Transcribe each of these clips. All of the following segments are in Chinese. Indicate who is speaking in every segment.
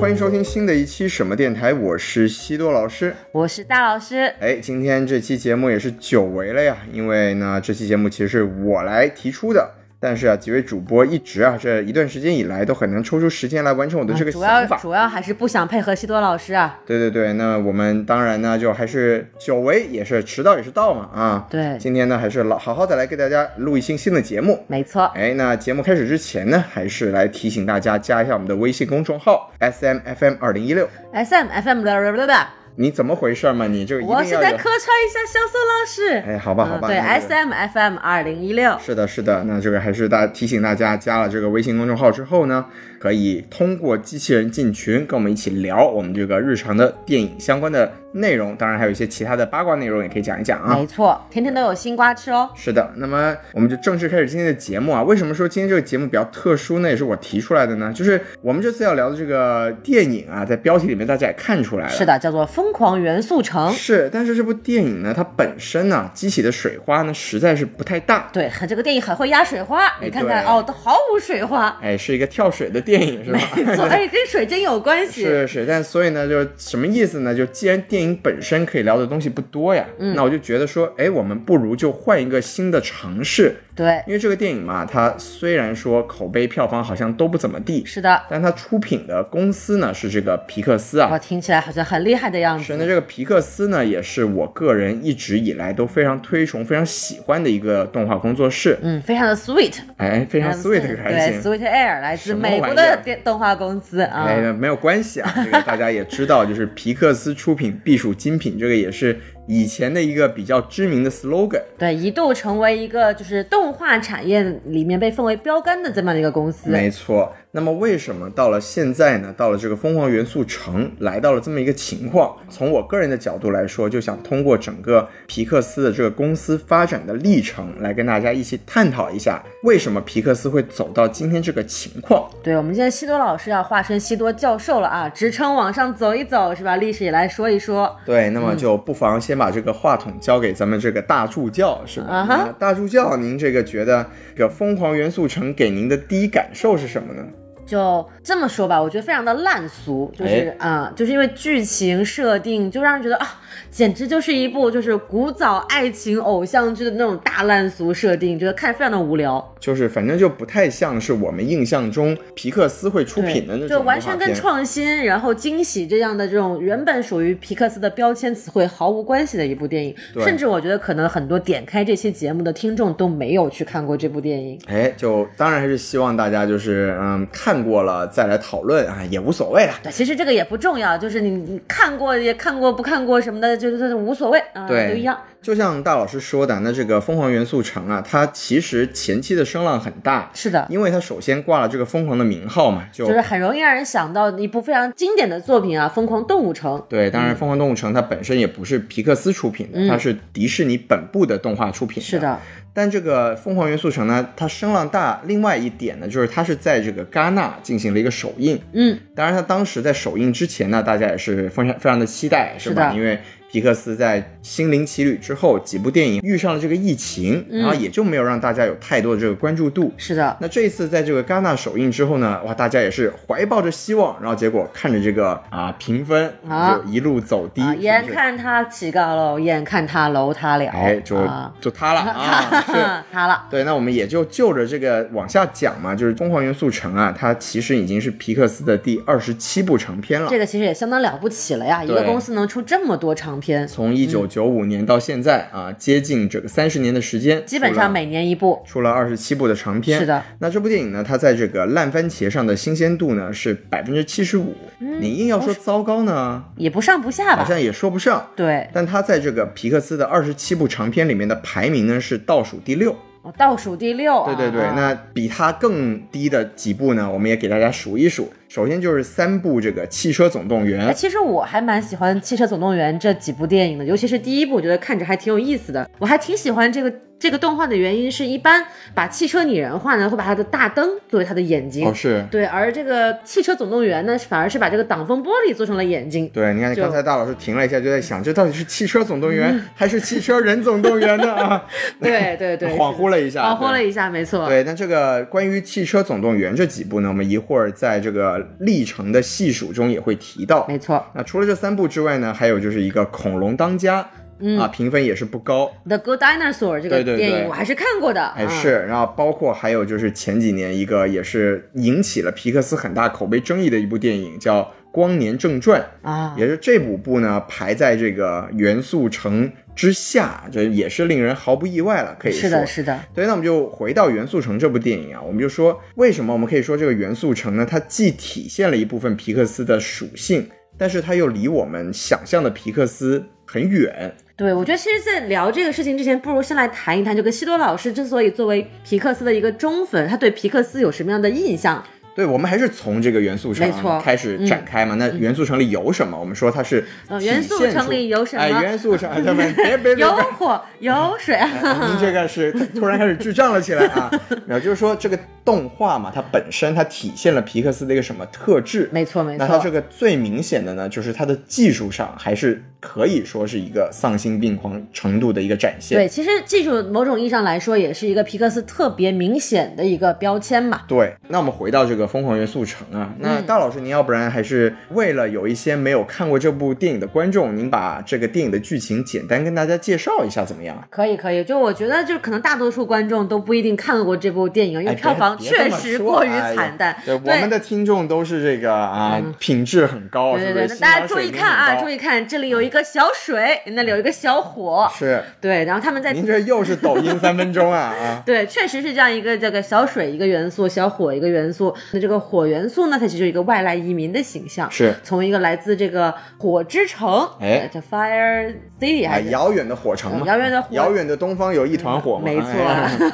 Speaker 1: 欢迎收听新的一期什么电台，我是西多老师。
Speaker 2: 我是大老师，
Speaker 1: 哎，今天这期节目也是久违了呀，因为呢，这期节目其实是我来提出的，但是啊，几位主播一直啊，这一段时间以来都很难抽出时间来完成我的这个
Speaker 2: 嗯主
Speaker 1: 想
Speaker 2: 要
Speaker 1: 法。
Speaker 2: 主要还是不想配合西多老师啊。
Speaker 1: 对对对，那我们当然呢，就还是久违，也是迟到也是到嘛啊。
Speaker 2: 对，
Speaker 1: 今天呢，还是老好好的来给大家录一期新的节目。
Speaker 2: 没错，
Speaker 1: 哎，那节目开始之前呢，还是来提醒大家加一下我们的微信公众号 S M F M 二零一六。
Speaker 2: S M F M 的
Speaker 1: 你怎么回事嘛？你这个一定
Speaker 2: 我
Speaker 1: 要
Speaker 2: 是在
Speaker 1: 有
Speaker 2: 客串一下小宋老师。
Speaker 1: 哎，好吧，好
Speaker 2: 嗯
Speaker 1: 吧，
Speaker 2: 对
Speaker 1: 那
Speaker 2: ，S
Speaker 1: 这个
Speaker 2: M F M 二零一六，
Speaker 1: 是的，是的，那这个还是大提醒大家，加了这个微信公众号之后呢，可以通过机器人进群跟我们一起聊我们这个日常的电影相关的内容，当然还有一些其他的八卦内容也可以讲一讲啊。
Speaker 2: 没错，天天都有新瓜吃哦。
Speaker 1: 是的，那么我们就正式开始今天的节目啊。为什么说今天这个节目比较特殊呢？也是我提出来的呢，就是我们这次要聊的这个电影啊，在标题里面大家也看出来了，
Speaker 2: 是的，叫做《疯狂元素城》。
Speaker 1: 是，但是这部电影呢，它本身呢、激起的水花呢，实在是不太大。
Speaker 2: 对，这个电影很会压水花，你看看
Speaker 1: 哎对
Speaker 2: 哦，都毫无 水花。
Speaker 1: 哎，是一个跳水的电影 是吧？
Speaker 2: 没错，哎，跟水真有关系。
Speaker 1: 是是，但所以呢，就什么意思呢？就既然电影本身可以聊的东西不多呀，
Speaker 2: 嗯
Speaker 1: 那我就觉得说，哎，我们不如就换一个新的尝试，
Speaker 2: 对，
Speaker 1: 因为这个电影嘛，它虽然说口碑票房好像都不怎么地，
Speaker 2: 是的，
Speaker 1: 但它出品的公司呢是这个皮克斯啊
Speaker 2: 我。听起来好像很厉害的样
Speaker 1: 是，那
Speaker 2: 子。
Speaker 1: 这个皮克斯呢，也是我个人一直以来都非常推崇、非常喜欢的一个动画工作室，
Speaker 2: 嗯，非常的 sweet，
Speaker 1: 哎，非常 sweet 的开
Speaker 2: 对
Speaker 1: 心。
Speaker 2: ，sweet air 来自
Speaker 1: 什么
Speaker 2: 美
Speaker 1: 玩
Speaker 2: 国
Speaker 1: 意儿
Speaker 2: 的电动画公司啊。
Speaker 1: 哎，没有关系 啊，这个大家也知道，就是皮克斯出品必属精品，这个也是以前的一个比较知名的 slogan。
Speaker 2: 对，一度成为一个就是动画产业里面被奉为标杆的这么样的一个公司。
Speaker 1: 没错，那么为什么到了现在呢？到了这个疯狂元素城，来到了这么一个情况。从我个人的角度来说，就想通过整个皮克斯的这个公司发展的历程，来跟大家一起探讨一下，为什么皮克斯会走到今天这个情况。
Speaker 2: 对，我们现在西多老师要化身西多教授了啊，职称往上走一走是吧？历史也来说一说。
Speaker 1: 对，那么
Speaker 2: 嗯
Speaker 1: 就不妨先把这个话筒交给咱们这个大助教，是吧？
Speaker 2: 啊哈
Speaker 1: 那大助教，您这个觉得这个《疯狂元素城》给您的第一感受是什么呢？
Speaker 2: 就这么说吧，我觉得非常的烂俗，
Speaker 1: 哎
Speaker 2: 就是啊、就是因为剧情设定就让人觉得啊，简直就是一部就是古早爱情偶像剧的那种大烂俗设定，觉得看着非常的无聊。
Speaker 1: 就是反正就不太像是我们印象中皮克斯会出品的那种
Speaker 2: 对，
Speaker 1: 动
Speaker 2: 就
Speaker 1: 画
Speaker 2: 完
Speaker 1: 片，
Speaker 2: 全跟创新，然后惊喜这样的这种原本属于皮克斯的标签词汇毫无关系的一部电影，
Speaker 1: 对
Speaker 2: 甚至我觉得可能很多点开这期节目的听众都没有去看过这部电影。
Speaker 1: 哎，就当然还是希望大家就是嗯看过了再来讨论啊，也无所谓了。
Speaker 2: 对，其实这个也不重要，就是你你看过也看过，不看过什么的，就是无所谓啊，
Speaker 1: 对
Speaker 2: 都一样。
Speaker 1: 就像大老师说的，那这个《疯狂元素城》啊，它其实前期的声浪很大，
Speaker 2: 是的，
Speaker 1: 因为它首先挂了这个疯狂的名号嘛，就
Speaker 2: 就是很容易让人想到一部非常经典的作品啊，《疯狂动物城》。
Speaker 1: 对，当然，《
Speaker 2: 嗯
Speaker 1: 疯狂动物城》它本身也不是皮克斯出品的，它是迪士尼本部的动画出品。
Speaker 2: 是，的，
Speaker 1: 但这个《疯狂元素城》呢，它声浪大。另外一点呢，就是它是在这个戛纳进行了一个首映。
Speaker 2: 嗯，
Speaker 1: 当然，它当时在首映之前呢，大家也是非常非常的期待，是吧？
Speaker 2: 是的
Speaker 1: 因为皮克斯在《心灵奇旅》之后几部电影遇上了这个疫情，
Speaker 2: 嗯
Speaker 1: 然后也就没有让大家有太多的这个关注度。
Speaker 2: 是的，
Speaker 1: 那这一次在这个戛纳首映之后呢，哇，大家也是怀抱着希望，然后结果看着这个啊评分
Speaker 2: 啊
Speaker 1: 就一路走低，
Speaker 2: 啊，
Speaker 1: 是不
Speaker 2: 眼
Speaker 1: 是
Speaker 2: 看他起高楼，眼看他楼塌了，
Speaker 1: 哎就、
Speaker 2: 啊，
Speaker 1: 就塌了啊， 是。
Speaker 2: 塌了。
Speaker 1: 对，那我们也就就着这个往下讲嘛，就是《疯狂元素城》啊，它其实已经是皮克斯的第二十七部长片了。
Speaker 2: 这个其实也相当了不起了呀，一
Speaker 1: 对
Speaker 2: 个公司能出这么多长篇，
Speaker 1: 从一
Speaker 2: 嗯
Speaker 1: 九九五年到现在啊，接近这个三十年的时间，
Speaker 2: 基本上每年一部。
Speaker 1: 出了二十七部的长片。
Speaker 2: 是的，
Speaker 1: 那这部电影呢，它在这个烂番茄上的新鲜度呢是百分之七十五，
Speaker 2: 嗯
Speaker 1: 你硬要说糟糕呢，
Speaker 2: 也不上不下
Speaker 1: 好
Speaker 2: 吧？
Speaker 1: 像也说不上。
Speaker 2: 对，
Speaker 1: 但它在这个皮克斯的二十七部长片里面的排名呢是倒数第六。
Speaker 2: 哦倒数第六、啊。
Speaker 1: 对对对，
Speaker 2: 啊
Speaker 1: 那比它更低的几部呢，我们也给大家数一数。首先就是三部这个《汽车总动员
Speaker 2: 哎，》，其实我还蛮喜欢《汽车总动员》这几部电影的，尤其是第一部，我觉得看着还挺有意思的。我还挺喜欢这个这个动画的原因是一般把汽车拟人化呢，会把它的大灯作为它的眼睛。
Speaker 1: 哦，是
Speaker 2: 对，而这个《汽车总动员》呢，反而是把这个挡风玻璃做成了眼睛。
Speaker 1: 对，你看
Speaker 2: 就嗯
Speaker 1: 刚才大老师停了一下，就在想，这到底是《汽车总动员》还是《汽车人总动员》呢？啊，
Speaker 2: 对 对对，
Speaker 1: 恍惚了一
Speaker 2: 是
Speaker 1: 下，
Speaker 2: 恍惚
Speaker 1: 对
Speaker 2: 了一下，没错。
Speaker 1: 对，那这个关于《汽车总动员》这几部呢，我们一会儿在这个历程的细数中也会提到。
Speaker 2: 没错
Speaker 1: 那除了这三部之外呢，还有就是一个《恐龙当家》
Speaker 2: 嗯
Speaker 1: 啊，评分也是不高，
Speaker 2: ，The Good Dinosaur 这个
Speaker 1: 对对对
Speaker 2: 电影我还是看过的，
Speaker 1: 哎
Speaker 2: 啊
Speaker 1: 是。然后包括还有就是前几年一个也是引起了皮克斯很大口碑争议的一部电影，叫《光年正传》，
Speaker 2: 啊，
Speaker 1: 也是这五部呢排在这个元素城之下，这也是令人毫不意外了，可以说
Speaker 2: 是的，是的，
Speaker 1: 对，那我们就回到《元素城》这部电影啊，我们就说为什么我们可以说这个《元素城》呢？它既体现了一部分皮克斯的属性，但是它又离我们想象的皮克斯很远。
Speaker 2: 对，我觉得其实，在聊这个事情之前，不如先来谈一谈，这个西多老师之所以作为皮克斯的一个忠粉，他对皮克斯有什么样的印象？
Speaker 1: 对，我们还是从这个元素城
Speaker 2: 没错嗯
Speaker 1: 开始展开嘛。那元素城里有什么？我们说它是
Speaker 2: 呃
Speaker 1: 体
Speaker 2: 元素
Speaker 1: 现
Speaker 2: 城
Speaker 1: 出
Speaker 2: 里有什
Speaker 1: 哎，
Speaker 2: 么
Speaker 1: 元素城，哎咱们别别别，
Speaker 2: 有
Speaker 1: 别
Speaker 2: 火有水，啊
Speaker 1: 您这个是突然开始智障了起来啊！然后就是说，这个动画嘛，它本身它体现了皮克斯的一个什么特质？
Speaker 2: 没错没
Speaker 1: 那它这
Speaker 2: 错，
Speaker 1: 个最明显的呢，就是它的技术上还是可以说是一个丧心病狂程度的一个展现。
Speaker 2: 对，其实技术某种意义上来说，也是一个皮克斯特别明显的一个标签嘛。
Speaker 1: 对那我们回到这个《疯狂元素城》啊，那
Speaker 2: 嗯
Speaker 1: 大老师，您要不然还是为了有一些没有看过这部电影的观众，您把这个电影的剧情简单跟大家介绍一下怎么样？
Speaker 2: 可以可以，就我觉得，就是可能大多数观众都不一定看过这部电影，因为
Speaker 1: 哎
Speaker 2: 票
Speaker 1: 别
Speaker 2: 房
Speaker 1: 别这
Speaker 2: 确
Speaker 1: 么
Speaker 2: 实
Speaker 1: 说
Speaker 2: 过于
Speaker 1: 哎呀
Speaker 2: 惨淡。嗯
Speaker 1: 对，我们的听众都是这个啊，品质很高，
Speaker 2: 对
Speaker 1: 是不
Speaker 2: 对
Speaker 1: 是？
Speaker 2: 对，
Speaker 1: 欣
Speaker 2: 大家
Speaker 1: 赏
Speaker 2: 注
Speaker 1: 水
Speaker 2: 意
Speaker 1: 平
Speaker 2: 看啊，
Speaker 1: 很高嗯
Speaker 2: 注意看，这里有一个小水，那里有一个小火，
Speaker 1: 是，
Speaker 2: 对，然后他们在
Speaker 1: 您这又是抖音三分钟啊 啊！
Speaker 2: 对，确实是这样一个这个小水一个元素，小火一个元素。那这个火元素呢，它其实就是一个外来移民的形象，
Speaker 1: 是
Speaker 2: 从一个来自这个火之城，
Speaker 1: 哎
Speaker 2: 呃，叫 Fire City
Speaker 1: 啊，
Speaker 2: 还是
Speaker 1: 遥远的火城嘛，
Speaker 2: 遥远的火嗯
Speaker 1: 遥远的东方有一团火嘛，
Speaker 2: 没错，
Speaker 1: 哎 呀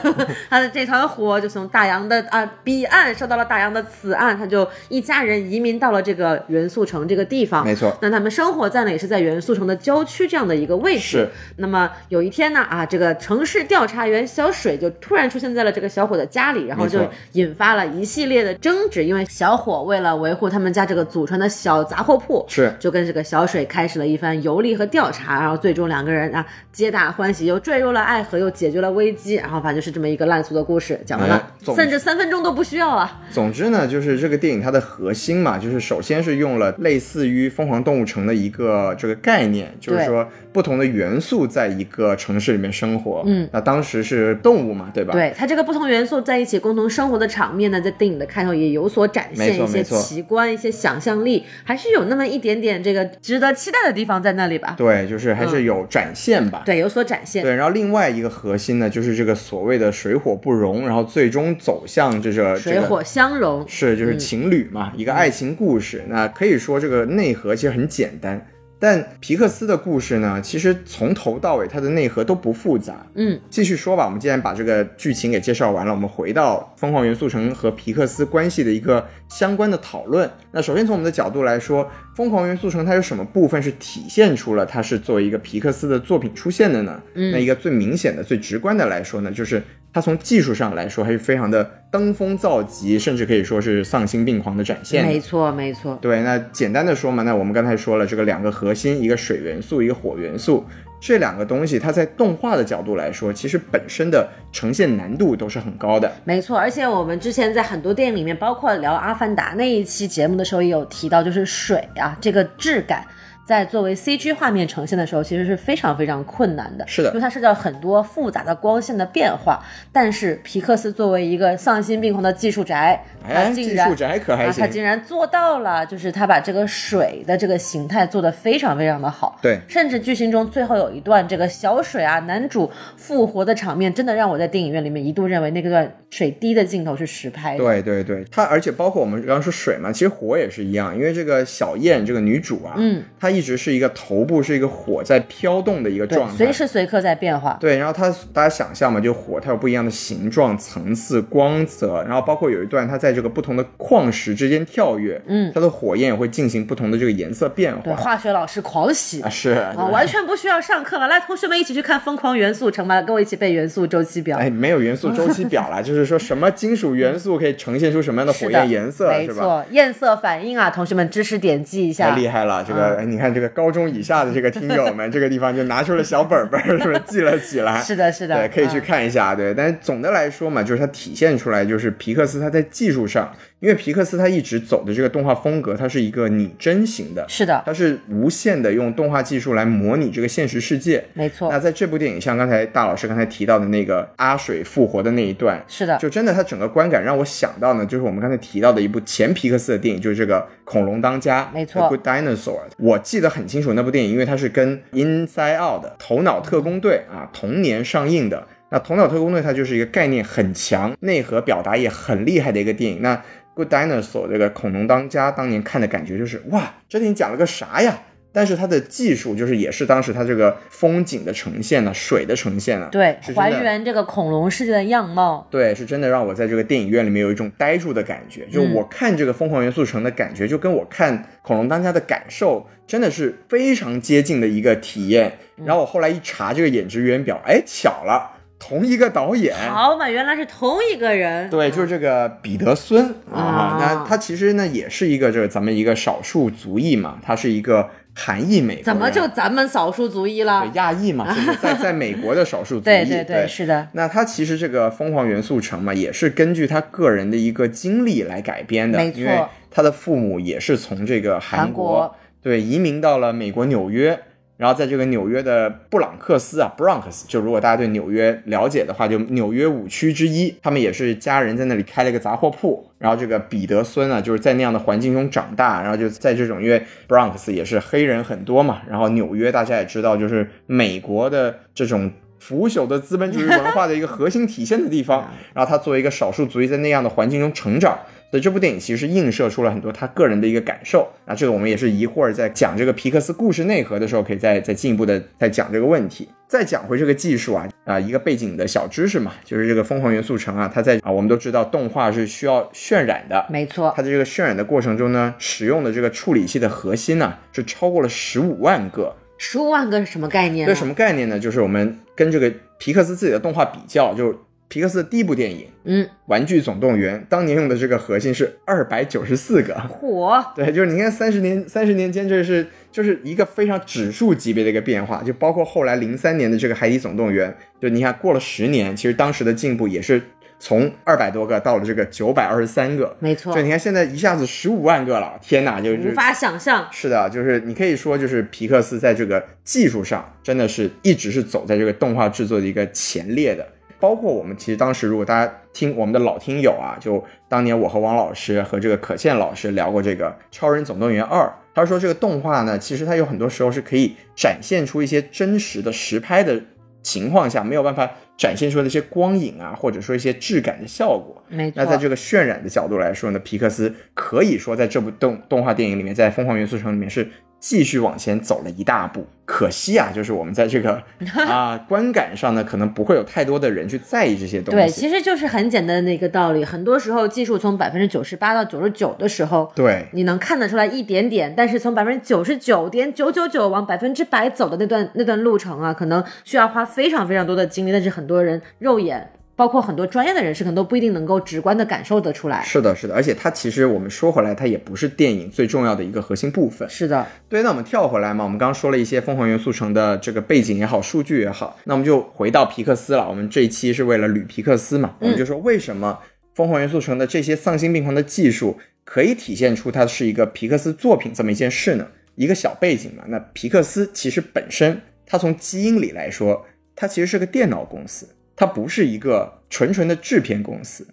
Speaker 2: 他的这团火就从大洋的啊彼岸受到了大洋的此岸，他就一家人移民到了这个元素城这个地方。
Speaker 1: 没错
Speaker 2: 那他们生活在呢也是在元素城的郊区这样的一个位置
Speaker 1: 是。
Speaker 2: 那么有一天呢啊，这个城市调查员小水就突然出现在了这个小火的家里，然后
Speaker 1: 没错
Speaker 2: 就引发了一系列的争执，因为小火为了维护他们家这个祖传的小杂货铺，
Speaker 1: 是
Speaker 2: 就跟这个小水开始了一番游历和调查，然后最终两个人啊皆大欢喜，又坠入了爱河，又解决了危机，然后反正就是这么一个烂俗的故事讲完
Speaker 1: 哎
Speaker 2: 了，
Speaker 1: 总
Speaker 2: 甚至三分钟都不需要啊。
Speaker 1: 总之呢，就是这个电影它的核心嘛，就是首先是用了类似于《疯狂动物城》的一个这个概念，就是说不同的元素在一个城市里面生活。
Speaker 2: 嗯，
Speaker 1: 那当时是动物嘛，对吧？。
Speaker 2: 对它这个不同元素在一起共同生活的场面呢，在电影的开头也有所展
Speaker 1: 没
Speaker 2: 现，
Speaker 1: 错
Speaker 2: 一些
Speaker 1: 没错
Speaker 2: 奇观、一些想象力，还是有那么一点点这个值得期待的地方在那里吧。
Speaker 1: 对，就是还是有展现吧。
Speaker 2: 嗯对，有所展现。
Speaker 1: 对，然后另外一个核心呢，就是这个所谓的水火不容，然后最终走向这个
Speaker 2: 水
Speaker 1: 这个
Speaker 2: 火相融，
Speaker 1: 是，就是情侣嘛，一个爱情故事。那可以说这个内核其实很简单，但皮克斯的故事呢，其实从头到尾它的内核都不复杂。
Speaker 2: 嗯，
Speaker 1: 继续说吧，我们既然把这个剧情给介绍完了，我们回到《疯狂元素城》和皮克斯关系的一个相关的讨论。那首先从我们的角度来说，《疯狂元素城》它有什么部分是体现出了它是作为一个皮克斯的作品出现的呢？
Speaker 2: 嗯
Speaker 1: 那一个最明显的、最直观的来说呢，就是它从技术上来说还是非常的登峰造极，甚至可以说是丧心病狂的展现的。
Speaker 2: 没错，没错。
Speaker 1: 对，那简单的说嘛，那我们刚才说了，这个两个核心，一个水元素，一个火元素，这两个东西，它在动画的角度来说，其实本身的呈现难度都是很高的。
Speaker 2: 没错，而且我们之前在很多电影里面，包括聊《阿凡达》那一期节目的时候，也有提到，就是水啊这个质感。在作为 CG 画面呈现的时候，其实是非常非常困难的，
Speaker 1: 是的
Speaker 2: 因为它涉及到很多复杂的光线的变化。但是皮克斯作为一个丧心病狂的技术宅，他
Speaker 1: 哎，
Speaker 2: 竟
Speaker 1: 技
Speaker 2: 然
Speaker 1: 术宅可还
Speaker 2: 啊，他
Speaker 1: 行？
Speaker 2: 竟然做到了，就是他把这个水的这个形态做得非常非常的好。
Speaker 1: 对
Speaker 2: 甚至剧情中最后有一段这个小水啊，男主复活的场面，真的让我在电影院里面一度认为那个段水滴的镜头是实拍的。
Speaker 1: 对对对，它而且包括我们刚刚说水嘛，其实火也是一样，因为这个小燕这个女主啊，
Speaker 2: 嗯，
Speaker 1: 她一直是一个头部是一个火在飘动的一个
Speaker 2: 对
Speaker 1: 状，态，
Speaker 2: 随时随刻在变化。
Speaker 1: 对，然后它大家想象嘛，就火它有不一样的形状、层次、光泽，然后包括有一段它在这个不同的矿石之间跳跃，
Speaker 2: 嗯，
Speaker 1: 它的火焰也会进行不同的这个颜色变
Speaker 2: 对，
Speaker 1: 化。
Speaker 2: 化学老师狂喜
Speaker 1: 啊，是，
Speaker 2: 啊，完全不需要上课了，来，同学们一起去看《疯狂元素城》吧，跟我一起背元素周期表。
Speaker 1: 哎，没有元素周期表啦，就是说什么金属元素可以呈现出什么样的火
Speaker 2: 是的，
Speaker 1: 焰颜色，
Speaker 2: 没
Speaker 1: 是吧？
Speaker 2: 错，焰色反应啊，同学们支持点击一
Speaker 1: 太
Speaker 2: 下。嗯
Speaker 1: 厉害了，这个、哎你看这个高中以下的这个听友们，这个地方就拿出了小本本儿，是不是记了起来？
Speaker 2: 是的，是的，
Speaker 1: 对，可以去
Speaker 2: 嗯
Speaker 1: 看一下。对，但是总的来说嘛，就是它体现出来，就是皮克斯它在技术上，因为皮克斯它一直走的这个动画风格，它是一个拟真型的，
Speaker 2: 是的，
Speaker 1: 它是无限的用动画技术来模拟这个现实世界。
Speaker 2: 没错
Speaker 1: 那，在这部电影，像刚才大老师刚才提到的那个阿水复活的那一段，
Speaker 2: 是的，
Speaker 1: 就真的它整个观感让我想到呢，就是我们刚才提到的一部前皮克斯的电影，就是这个《恐龙当家》，
Speaker 2: 没错
Speaker 1: g o o d Dinosaur》。我记得很清楚那部电影，因为它是跟《Inside Out》的《头脑特工队》啊同年上映的。那《头脑特工队》它就是一个概念很强、内核表达也很厉害的一个电影。那《Good Dinosaur》这个《恐龙当家》当年看的感觉就是，哇，这电影讲了个啥呀？但是它的技术就是也是当时它这个风景的呈现呢、啊水的呈现呢、
Speaker 2: 对
Speaker 1: 是真，的
Speaker 2: 还原这个恐龙世界的样貌。
Speaker 1: 对，是真的让我在这个电影院里面有一种呆住的感觉，就
Speaker 2: 嗯
Speaker 1: 我看这个《疯狂元素城》的感觉，就跟我看《恐龙当家》的感受真的是非常接近的一个体验。
Speaker 2: 嗯
Speaker 1: 然后我后来一查这个演职员表，哎，巧了，同一个导演。
Speaker 2: 好嘛，原来是同一个人。
Speaker 1: 哎对，就是这个彼得孙啊
Speaker 2: 啊，
Speaker 1: 那他其实呢也是一个这个咱们一个少数族裔嘛，他是一个韩裔美国人，
Speaker 2: 怎么就咱们少数族裔
Speaker 1: 对
Speaker 2: 了？
Speaker 1: 亚裔嘛，就是在在美国的少数族裔，
Speaker 2: 对对对，是的，
Speaker 1: 那他其实这个《疯狂元素城》嘛，也是根据他个人的一个经历来改编的，
Speaker 2: 没错
Speaker 1: 因为他的父母也是从这个韩
Speaker 2: 韩国
Speaker 1: 对移民到了美国纽约，然后在这个纽约的布朗克斯啊 （Bronx），就如果大家对纽约了解的话，就纽约五区之一，他们也是家人在那里开了一个杂货铺。然后这个彼得孙啊，就是在那样的环境中长大，然后就在这种因为 Bronx 也是黑人很多嘛，然后纽约大家也知道，就是美国的这种。腐朽的资本主义文化的一个核心体现的地方，然后他作为一个少数族裔，在那样的环境中成长，所以这部电影其实映射出了很多他个人的一个感受。那这个我们也是一会儿在讲这个皮克斯故事内核的时候，可以再再进一步的再讲这个问题。再讲回这个技术啊啊、一个背景的小知识嘛，就是这个《疯狂元素城》啊，它在啊我们都知道动画是需要渲染的，
Speaker 2: 没错，
Speaker 1: 它的这个渲染的过程中呢，使用的这个处理器的核心呢、是超过了十五万个，
Speaker 2: 十五万个是什么概念
Speaker 1: 这
Speaker 2: 呢？
Speaker 1: 是什么概念呢？就是我们跟这个皮克斯自己的动画比较，就是皮克斯的第一部电影《
Speaker 2: 嗯，
Speaker 1: 玩具总动员》当年用的这个核心是二百九十四 个。
Speaker 2: 火，
Speaker 1: 对，就是你看三十年三十年间，这是就是一个非常指数级别的一个变化，就包括后来零三年的这个《海底总动员》，就你看过了十年，其实当时的进步也是从二百多个到了这个九百二十三个，
Speaker 2: 没错
Speaker 1: 就，你看现在一下子十五万个了，天哪，就是
Speaker 2: 无法想象。
Speaker 1: 是的，就是你可以说，就是皮克斯在这个技术上真的是一直是走在这个动画制作的一个前列的。包括我们其实当时，如果大家听我们的老听友啊，就当年我和王老师和这个可倩老师聊过这个《超人总动员二》，他说这个动画呢，其实它有很多时候是可以展现出一些真实的实拍的情况下没有办法展现出的一些光影啊，或者说一些质感的效果。
Speaker 2: 没错，
Speaker 1: 那在这个渲染的角度来说呢，皮克斯可以说在这部动动画电影里面，在《疯狂元素城》里面是继续往前走了一大步。可惜啊，就是我们在这个 啊、观感上呢，可能不会有太多的人去在意这些东西。
Speaker 2: 对，其实就是很简单的一个道理。很多时候，技术从百分之九十八到九十九的时候，
Speaker 1: 对
Speaker 2: 你能看得出来一点点，但是从百分之九十九点九九九往百分之百走的那段那段路程啊，可能需要花非常非常多的精力，但是很多人肉眼，包括很多专业的人士，可能都不一定能够直观的感受得出来。
Speaker 1: 是的，是的，而且它其实我们说回来，它也不是电影最重要的一个核心部分。
Speaker 2: 是的，
Speaker 1: 对，那我们跳回来嘛，我们刚刚说了一些《疯狂元素城》的这个背景也好，数据也好，那我们就回到皮克斯了。我们这一期是为了捋皮克斯嘛，我们就说为什么《疯狂元素城》的这些丧心病狂的技术可以体现出它是一个皮克斯作品这么一件事呢？一个小背景嘛，那皮克斯其实本身它从基因里来说，它其实是个电脑公司，它不是一个纯纯的制片公司。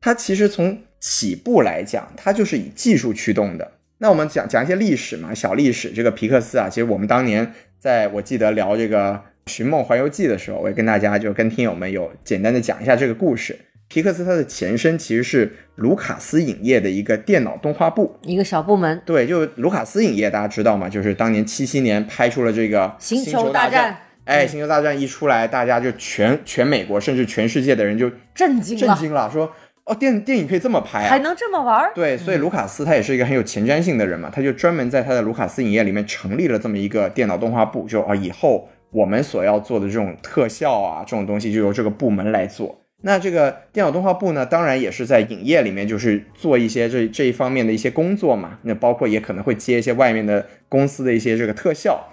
Speaker 1: 它其实从起步来讲，它就是以技术驱动的。那我们讲讲一些历史嘛，小历史。这个皮克斯啊，其实我们当年在我记得聊这个《寻梦环游记》的时候，我也跟大家就跟听友们有简单的讲一下这个故事。皮克斯它的前身其实是卢卡斯影业的一个电脑动画部，
Speaker 2: 一个小部门。
Speaker 1: 对，就卢卡斯影业大家知道嘛，就是当年七七年拍出了这个《
Speaker 2: 星
Speaker 1: 球
Speaker 2: 球大
Speaker 1: 战》
Speaker 2: 战。嗯
Speaker 1: 哎，《星球大战》一出来，大家就全全美国甚至全世界的人就
Speaker 2: 震惊
Speaker 1: 震
Speaker 2: 了，
Speaker 1: 惊了，说哦，电电影可以这么拍啊！
Speaker 2: 还能这么玩儿？
Speaker 1: 对，所以卢卡斯他也是一个很有前瞻性的人嘛，他就专门在他的卢卡斯影业里面成立了这么一个电脑动画部，就啊以后我们所要做的这种特效啊这种东西就由这个部门来做。那这个电脑动画部呢，当然也是在影业里面就是做一些这这一方面的一些工作嘛，那包括也可能会接一些外面的公司的一些这个特效。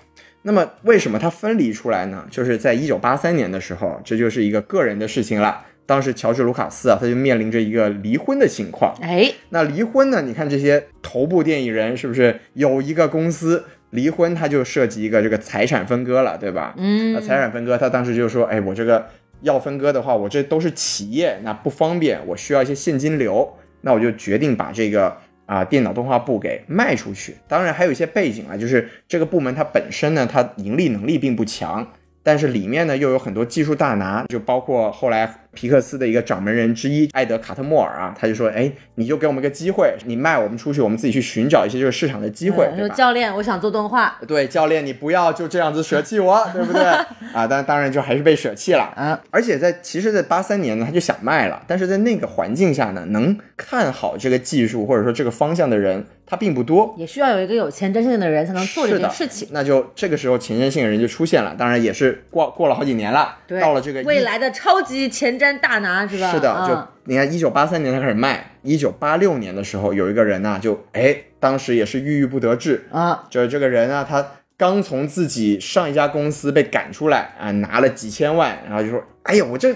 Speaker 1: 那么为什么它分离出来呢？就是在一九八三年的时候，这就是一个个人的事情了。当时乔治·卢卡斯啊，他就面临着一个离婚的情况。
Speaker 2: 哎，
Speaker 1: 那离婚呢？你看这些头部电影人是不是有一个公司离婚，它就涉及一个这个财产分割了，对吧？
Speaker 2: 嗯
Speaker 1: 那，财产呃分割，他当时就说，哎，我这个要分割的话，我这都是企业，那不方便，我需要一些现金流，那我就决定把这个啊、电脑动画部给卖出去。当然还有一些背景啊，就是这个部门它本身呢，它盈利能力并不强。但是里面呢又有很多技术大拿，就包括后来皮克斯的一个掌门人之一艾德卡特莫尔啊，他就说，哎，你就给我们一个机会，你卖我们出去，我们自己去寻找一些这个市场的机会，
Speaker 2: 嗯
Speaker 1: 对
Speaker 2: 说
Speaker 1: 吧？
Speaker 2: 教练，我想做动画，
Speaker 1: 对，教练，你不要就这样子舍弃我，对不 对？啊，但当然就还是被舍弃了。
Speaker 2: 嗯，
Speaker 1: 而且在其实，在八三年呢，他就想卖了，但是在那个环境下呢，能看好这个技术或者说这个方向的人，他并不多。
Speaker 2: 也需要有一个有前瞻性的人才能做这
Speaker 1: 是
Speaker 2: 件
Speaker 1: 的
Speaker 2: 事情。
Speaker 1: 那就这个时候前瞻性的人就出现了，当然也是过过了好几年了，
Speaker 2: 对，
Speaker 1: 到了这个一
Speaker 2: 未来的超级前瞻大拿是吧？
Speaker 1: 是的，就
Speaker 2: 嗯
Speaker 1: 你看，一九八三年他开始卖，一九八六年的时候，有一个人呐、就哎，当时也是郁郁不得志，
Speaker 2: 啊，
Speaker 1: 就是这个人啊，他刚从自己上一家公司被赶出来啊，拿了几千万，然后就说，哎呀，我这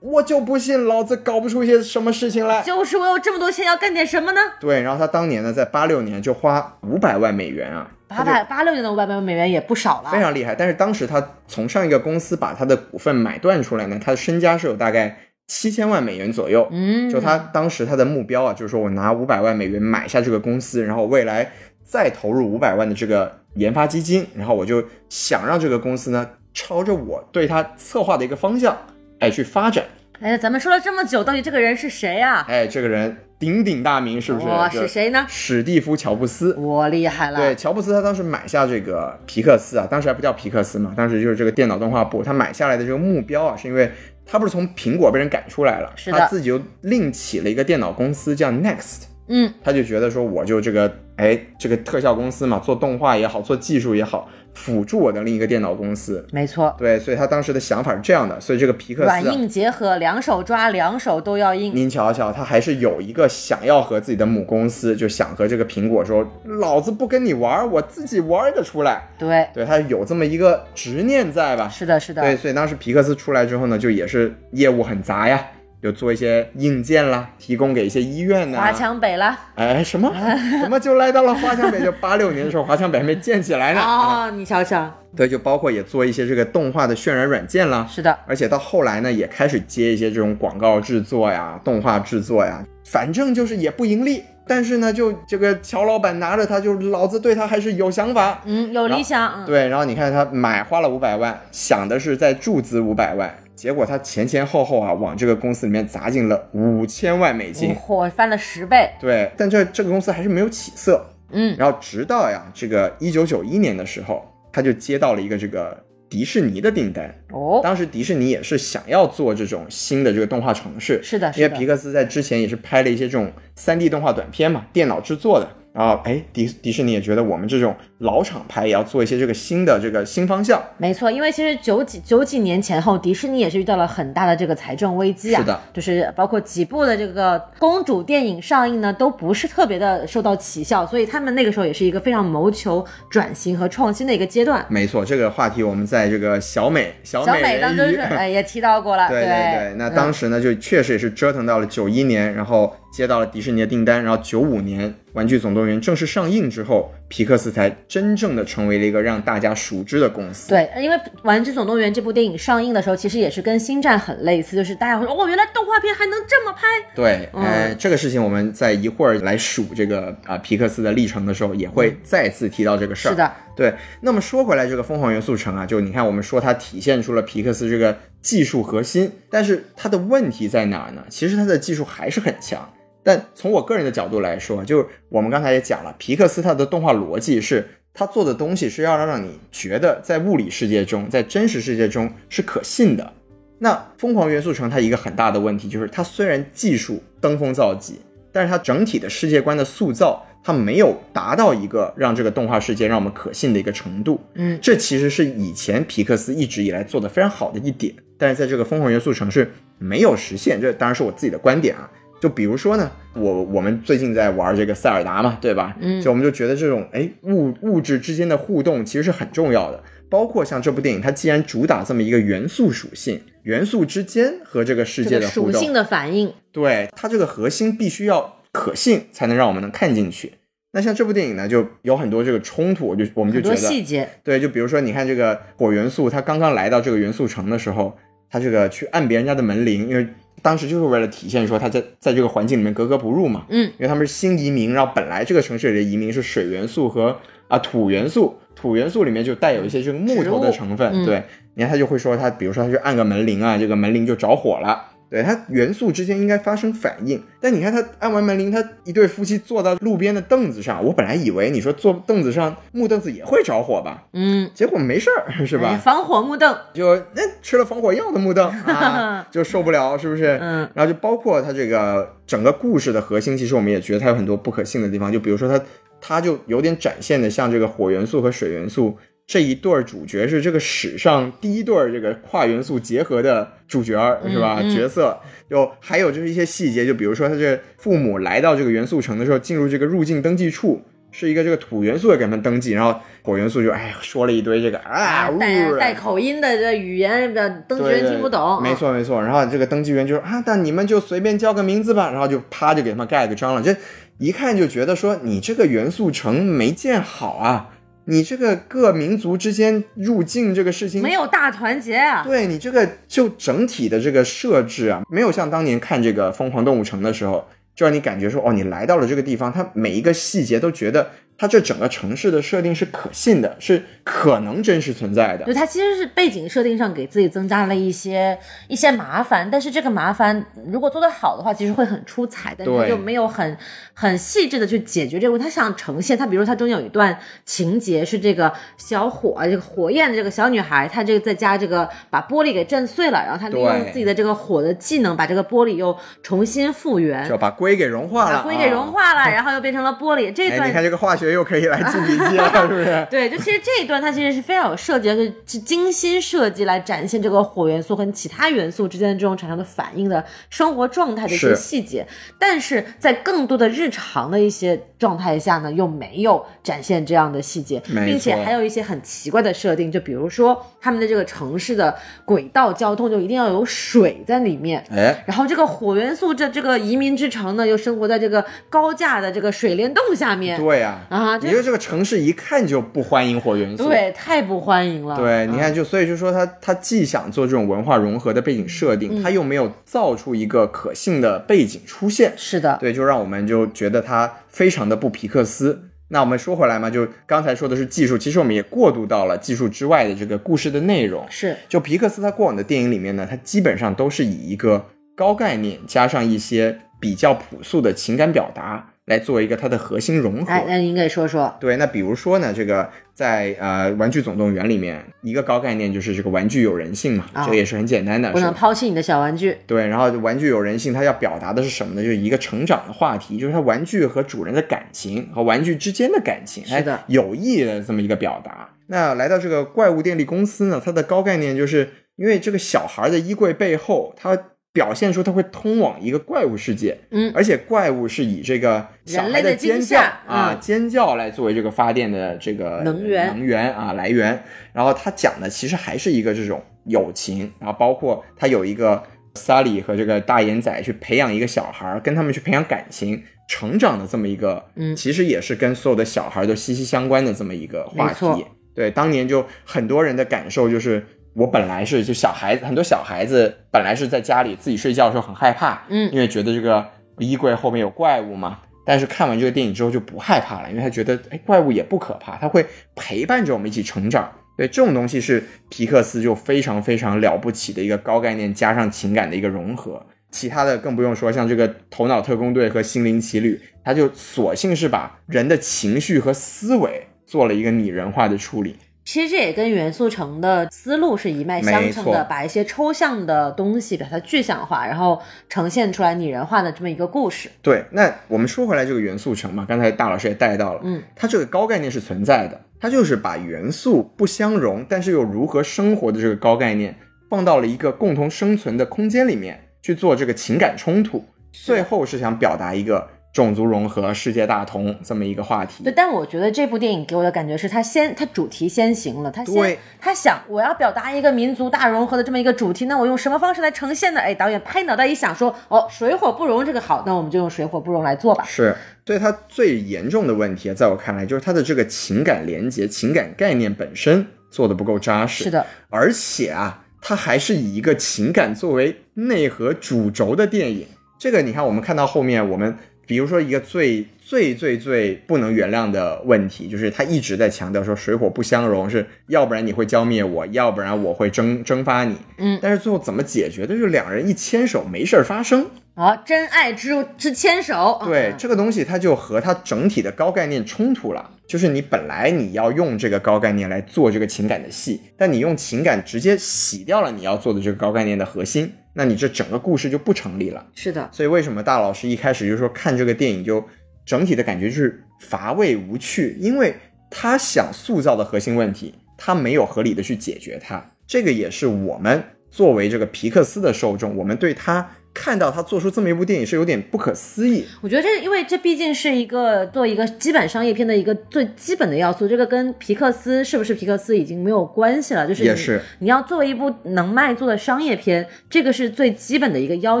Speaker 1: 我就不信老子搞不出一些什么事情来。
Speaker 2: 就是我有这么多钱要干点什么呢？
Speaker 1: 对，然后他当年呢，在八六年就花五百万美元啊，
Speaker 2: 八百八六年的五百万美元也不少了，
Speaker 1: 非常厉害。但是当时他从上一个公司把他的股份买断出来呢，他的身家是有大概七千万美元左右。
Speaker 2: 嗯，
Speaker 1: 就他当时他的目标啊，就是说我拿五百万美元买下这个公司，然后未来再投入五百万的这个研发基金，然后我就想让这个公司呢朝着我对他策划的一个方向，哎去发展。
Speaker 2: 哎，咱们说了这么久，到底这个人是谁啊？
Speaker 1: 哎，这个人鼎鼎大名，是不是？
Speaker 2: 我
Speaker 1: 就是
Speaker 2: 哦谁啊呢？
Speaker 1: 史蒂夫·乔布斯。
Speaker 2: 我厉害了，
Speaker 1: 对，，乔布斯他当时买下这个皮克斯啊，当时还不叫皮克斯嘛，当时就是这个电脑动画部，他买下来的这个目标啊，是因为他不是从苹果被人赶出来了，
Speaker 2: 是的
Speaker 1: 他自己又另起了一个电脑公司叫 Next。
Speaker 2: 嗯，
Speaker 1: 他就觉得说，我就这个，哎，这个特效公司嘛，做动画也好，做技术也好，辅助我的另一个电脑公司。
Speaker 2: 没错，
Speaker 1: 对，所以他当时的想法是这样的，所以这个皮克
Speaker 2: 软
Speaker 1: 斯、啊，
Speaker 2: 硬结合，两手抓，两手都要硬，
Speaker 1: 您瞧瞧，他还是有一个想要和自己的母公司，就想和这个苹果说，老子不跟你玩儿，我自己玩儿得出来。
Speaker 2: 对，
Speaker 1: 对他有这么一个执念在吧？
Speaker 2: 是的，是的，
Speaker 1: 对，所以当时皮克斯出来之后呢，就也是业务很杂呀，就做一些硬件啦，提供给一些医院呐、
Speaker 2: 华强北 了
Speaker 1: 哎，什么怎么就来到了华强北？就八六年的时候，华强北还没建起来呢。啊
Speaker 2: 哦，你瞧瞧，
Speaker 1: 对，就包括也做一些这个动画的渲染软件啦，
Speaker 2: 是的，
Speaker 1: 而且到后来呢，也开始接一些这种广告制作呀、动画制作呀，反正就是也不盈利。但是呢，就这个乔老板拿着它，就老子对他还是有想法。
Speaker 2: 嗯，有理想，嗯，
Speaker 1: 对，然后你看他买花了五百万，想的是再注资五百万，结果他前前后后啊，往这个公司里面砸进了五千万美金。
Speaker 2: 嚯，嗯翻了十倍，
Speaker 1: 对，但这这个公司还是没有起色。
Speaker 2: 嗯，
Speaker 1: 然后直到呀，这个一九九一年的时候，他就接到了一个这个迪士尼的订单。
Speaker 2: 哦，
Speaker 1: 当时迪士尼也是想要做这种新的这个动画城市，
Speaker 2: 是的，
Speaker 1: 因为
Speaker 2: 是
Speaker 1: 皮
Speaker 2: 的，
Speaker 1: 克斯在之前也是拍了一些这种三 D 动画短片嘛，电脑制作的。然后，哎，迪迪士尼也觉得我们这种老厂牌也要做一些这个新的这个新方向。
Speaker 2: 没错，因为其实九几九几年前后，迪士尼也是遇到了很大的这个财政危机啊，
Speaker 1: 是的，
Speaker 2: 就是包括几部的这个公主电影上映呢，都不是特别的受到奇效，所以他们那个时候也是一个非常谋求转型和创新的一个阶段。
Speaker 1: 没错，这个话题我们在这个小美小
Speaker 2: 小
Speaker 1: 美
Speaker 2: 美当
Speaker 1: 人
Speaker 2: 真
Speaker 1: 鱼
Speaker 2: 是 哎也提到过了，
Speaker 1: 对
Speaker 2: 对嗯
Speaker 1: 对，那当时呢，就确实也是折腾到了九一年，然后接到了迪士尼的订单，然后九五年《玩具总动员》正式上映之后，皮克斯才真正的成为了一个让大家熟知的公司。
Speaker 2: 对，因为《玩具总动员》这部电影上映的时候，其实也是跟《星战》很类似，就是大家会说，哦，原来动画片还能这么拍。
Speaker 1: 对，
Speaker 2: 嗯
Speaker 1: 呃，这个事情我们在一会儿来数这个啊、呃、皮克斯的历程的时候，也
Speaker 2: 嗯
Speaker 1: 会再次提到这个事儿。
Speaker 2: 是的，
Speaker 1: 对。那么说回来，这个《疯狂元素城》啊，就你看，我们说它体现出了皮克斯这个技术核心，但是它的问题在哪呢？其实它的技术还是很强。但从我个人的角度来说，就是我们刚才也讲了，皮克斯它的动画逻辑是，它做的东西是要让你觉得在物理世界中，在真实世界中是可信的。那《疯狂元素城》它一个很大的问题就是，它虽然技术登峰造极，但是它整体的世界观的塑造，它没有达到一个让这个动画世界让我们可信的一个程度。
Speaker 2: 嗯，
Speaker 1: 这其实是以前皮克斯一直以来做的非常好的一点，但是在这个《疯狂元素城》是没有实现。这当然是我自己的观点啊。就比如说呢，我我们最近在玩这个塞尔达嘛，对吧？
Speaker 2: 嗯，
Speaker 1: 就我们就觉得这种哎物物质之间的互动其实是很重要的。包括像这部电影，它既然主打这么一个元素属性，元素之间和这个世界的互
Speaker 2: 动，
Speaker 1: 这个、
Speaker 2: 属性的反应，
Speaker 1: 对它这个核心必须要可信，才能让我们能看进去。那像这部电影呢，就有很多这个冲突，我就我们就觉得
Speaker 2: 细节，
Speaker 1: 对，就比如说你看这个火元素，它刚刚来到这个元素城的时候，它这个去按别人家的门铃，因为。当时就是为了体现说他在在这个环境里面格格不入嘛，
Speaker 2: 嗯，
Speaker 1: 因为他们是新移民，然后本来这个城市里的移民是水元素和啊土元素，土元素里面就带有一些这个木头的成分，
Speaker 2: 嗯、
Speaker 1: 对，你看他就会说他，比如说他去按个门铃啊，这个门铃就着火了，对，它元素之间应该发生反应，但你看他按完门铃，他一对夫妻坐到路边的凳子上，我本来以为你说坐凳子上木凳子也会着火吧，
Speaker 2: 嗯，
Speaker 1: 结果没事儿是吧、哎？
Speaker 2: 防火木凳
Speaker 1: 就那、哎、吃了防火药的木凳啊。就受不了，是不是？
Speaker 2: 嗯，
Speaker 1: 然后就包括它这个整个故事的核心，其实我们也觉得它有很多不可信的地方。就比如说它，它就有点展现的像这个火元素和水元素这一对儿主角是这个史上第一对儿这个跨元素结合的主角，是吧？
Speaker 2: 嗯嗯
Speaker 1: 角色就还有就是一些细节，就比如说他这父母来到这个元素城的时候，进入这个入境登记处。是一个这个土元素给他们登记，然后火元素就哎说了一堆这个啊，
Speaker 2: 带带口音的这语言的登记员听不懂，啊
Speaker 1: 没错没错。然后这个登记员就说啊，那你们就随便叫个名字吧，然后就啪就给他们盖个章了。这一看就觉得说你这个元素城没建好啊，你这个各民族之间入境这个事情
Speaker 2: 没有大团结啊。
Speaker 1: 对你这个就整体的这个设置啊，没有像当年看这个《疯狂动物城》的时候。就让你感觉说，哦，你来到了这个地方，它每一个细节都觉得它这整个城市的设定是可信的，是可能真实存在的。
Speaker 2: 就它其实是背景设定上给自己增加了一些一些麻烦，但是这个麻烦如果做得好的话，其实会很出彩，但是它就没有很很细致的去解决这个问题。它想呈现，它比如它中间有一段情节是这个小火这个火焰的这个小女孩，她这个在家这个把玻璃给震碎了，然后她利用自己的这个火的技能把这个玻璃又重新复原，
Speaker 1: 就把。硅给融化了，哦
Speaker 2: 硅给融化了，啊、然后又变成了玻璃。这段、哎、
Speaker 1: 你看这个化学又可以来记笔记了，是不 是？
Speaker 2: 对，就其实这一段它其实是非常有设计，就是精心设计来展现这个火元素跟其他元素之间的这种产生的反应的生活状态的一些细节。
Speaker 1: 是
Speaker 2: 但是在更多的日常的一些状态下呢，又没有展现这样的细节，并且还有一些很奇怪的设定，就比如说他们的这个城市的轨道交通就一定要有水在里面。
Speaker 1: 哎，
Speaker 2: 然后这个火元素这这个移民之城。那又生活在这个高架的这个水帘洞下面，
Speaker 1: 对呀、
Speaker 2: 啊，啊，
Speaker 1: 你说这个城市一看就不欢迎火元素，
Speaker 2: 对，太不欢迎了。啊
Speaker 1: 对，你看就，就、嗯、所以就说他他既想做这种文化融合的背景设
Speaker 2: 嗯
Speaker 1: 定，他又没有造出一个可信的背景出现，
Speaker 2: 是的，
Speaker 1: 对，就让我们就觉得他非常的不皮克斯。那我们说回来嘛，就刚才说的是技术，其实我们也过渡到了技术之外的这个故事的内容。
Speaker 2: 是，
Speaker 1: 就皮克斯他过往的电影里面呢，他基本上都是以一个高概念加上一些。比较朴素的情感表达来做一个它的核心融合。
Speaker 2: 哎，那您给说说。
Speaker 1: 对，那比如说呢，这个在呃《玩具总动员》里面，一个高概念就是这个玩具有人性嘛，
Speaker 2: 哦、
Speaker 1: 这个也是很简单的，
Speaker 2: 不能抛弃你的小玩具。
Speaker 1: 对，然后玩具有人性，它要表达的是什么呢？就是一个成长的话题，就是它玩具和主人的感情和玩具之间的感情，
Speaker 2: 是的，
Speaker 1: 有意的这么一个表达。那来到这个怪物电力公司呢，它的高概念就是因为这个小孩的衣柜背后，它。表现出它会通往一个怪物世界，
Speaker 2: 嗯，
Speaker 1: 而且怪物是以这个小孩的尖叫啊、
Speaker 2: 嗯、
Speaker 1: 尖叫来作为这个发电的这个
Speaker 2: 能源
Speaker 1: 能源啊来源。然后他讲的其实还是一个这种友情，然后包括他有一个萨里和这个大眼仔去培养一个小孩，跟他们去培养感情。成长的这么一个，
Speaker 2: 嗯
Speaker 1: 其实也是跟所有的小孩都息息相关的这么一个话
Speaker 2: 没错
Speaker 1: 题。对，当年就很多人的感受就是，我本来是就小孩子，很多小孩子本来是在家里自己睡觉的时候很害怕，
Speaker 2: 嗯
Speaker 1: 因为觉得这个衣柜后面有怪物嘛。但是看完这个电影之后就不害怕了，因为他觉得哎，怪物也不可怕，他会陪伴着我们一起成长。对，这种东西是皮克斯就非常非常了不起的一个高概念加上情感的一个融合。其他的更不用说，像这个《头脑特工队》和《心灵奇旅》，他就索性是把人的情绪和思维做了一个拟人化的处理。
Speaker 2: 其实这也跟元素城的思路是一脉相承
Speaker 1: 没
Speaker 2: 的，
Speaker 1: 错
Speaker 2: 把一些抽象的东西把它具象化，然后呈现出来拟人化的这么一个故事。
Speaker 1: 对，那我们说回来这个元素城嘛，刚才大老师也带到了，
Speaker 2: 嗯，
Speaker 1: 它这个高概念是存在的，它就是把元素不相容，但是又如何生活的这个高概念，放到了一个共同生存的空间里面去做这个情感冲突，最后是想表达一个种族融合、世界大同这么一个话题
Speaker 2: 对，。但我觉得这部电影给我的感觉是，它先它主题先行了，它先
Speaker 1: 对
Speaker 2: 它想我要表达一个民族大融合的这么一个主题，那我用什么方式来呈现呢？哎，导演拍脑袋一想说，哦，水火不容这个好，那我们就用水火不容来做吧。
Speaker 1: 是，所以它最严重的问题啊，在我看来，就是它的这个情感连接、情感概念本身做的不够扎实。
Speaker 2: 是的，
Speaker 1: 而且啊，它还是以一个情感作为内核主轴的电影。这个你看，我们看到后面，我们比如说一个最最最最不能原谅的问题，就是他一直在强调说水火不相容，是要不然你会浇灭我，要不然我会蒸蒸发你。
Speaker 2: 嗯
Speaker 1: 但是最后怎么解决的，就是两人一牵手，没事儿发生。
Speaker 2: 好，真爱之之牵手，
Speaker 1: 对
Speaker 2: 嗯
Speaker 1: 这个东西，它就和它整体的高概念冲突了。就是你本来你要用这个高概念来做这个情感的戏，但你用情感直接洗掉了你要做的这个高概念的核心，那你这整个故事就不成立了。
Speaker 2: 是的，
Speaker 1: 所以为什么大老师一开始就说看这个电影就整体的感觉就是乏味无趣，因为他想塑造的核心问题，他没有合理的去解决它。这个也是我们作为这个皮克斯的受众，我们对他看到他做出这么一部电影是有点不可思议。
Speaker 2: 我觉得这因为这毕竟是一个做一个基本商业片的一个最基本的要素，这个跟皮克斯是不是皮克斯已经没有关系了，就是你
Speaker 1: 也是
Speaker 2: 你要作为一部能卖座的商业片，这个是最基本的一个要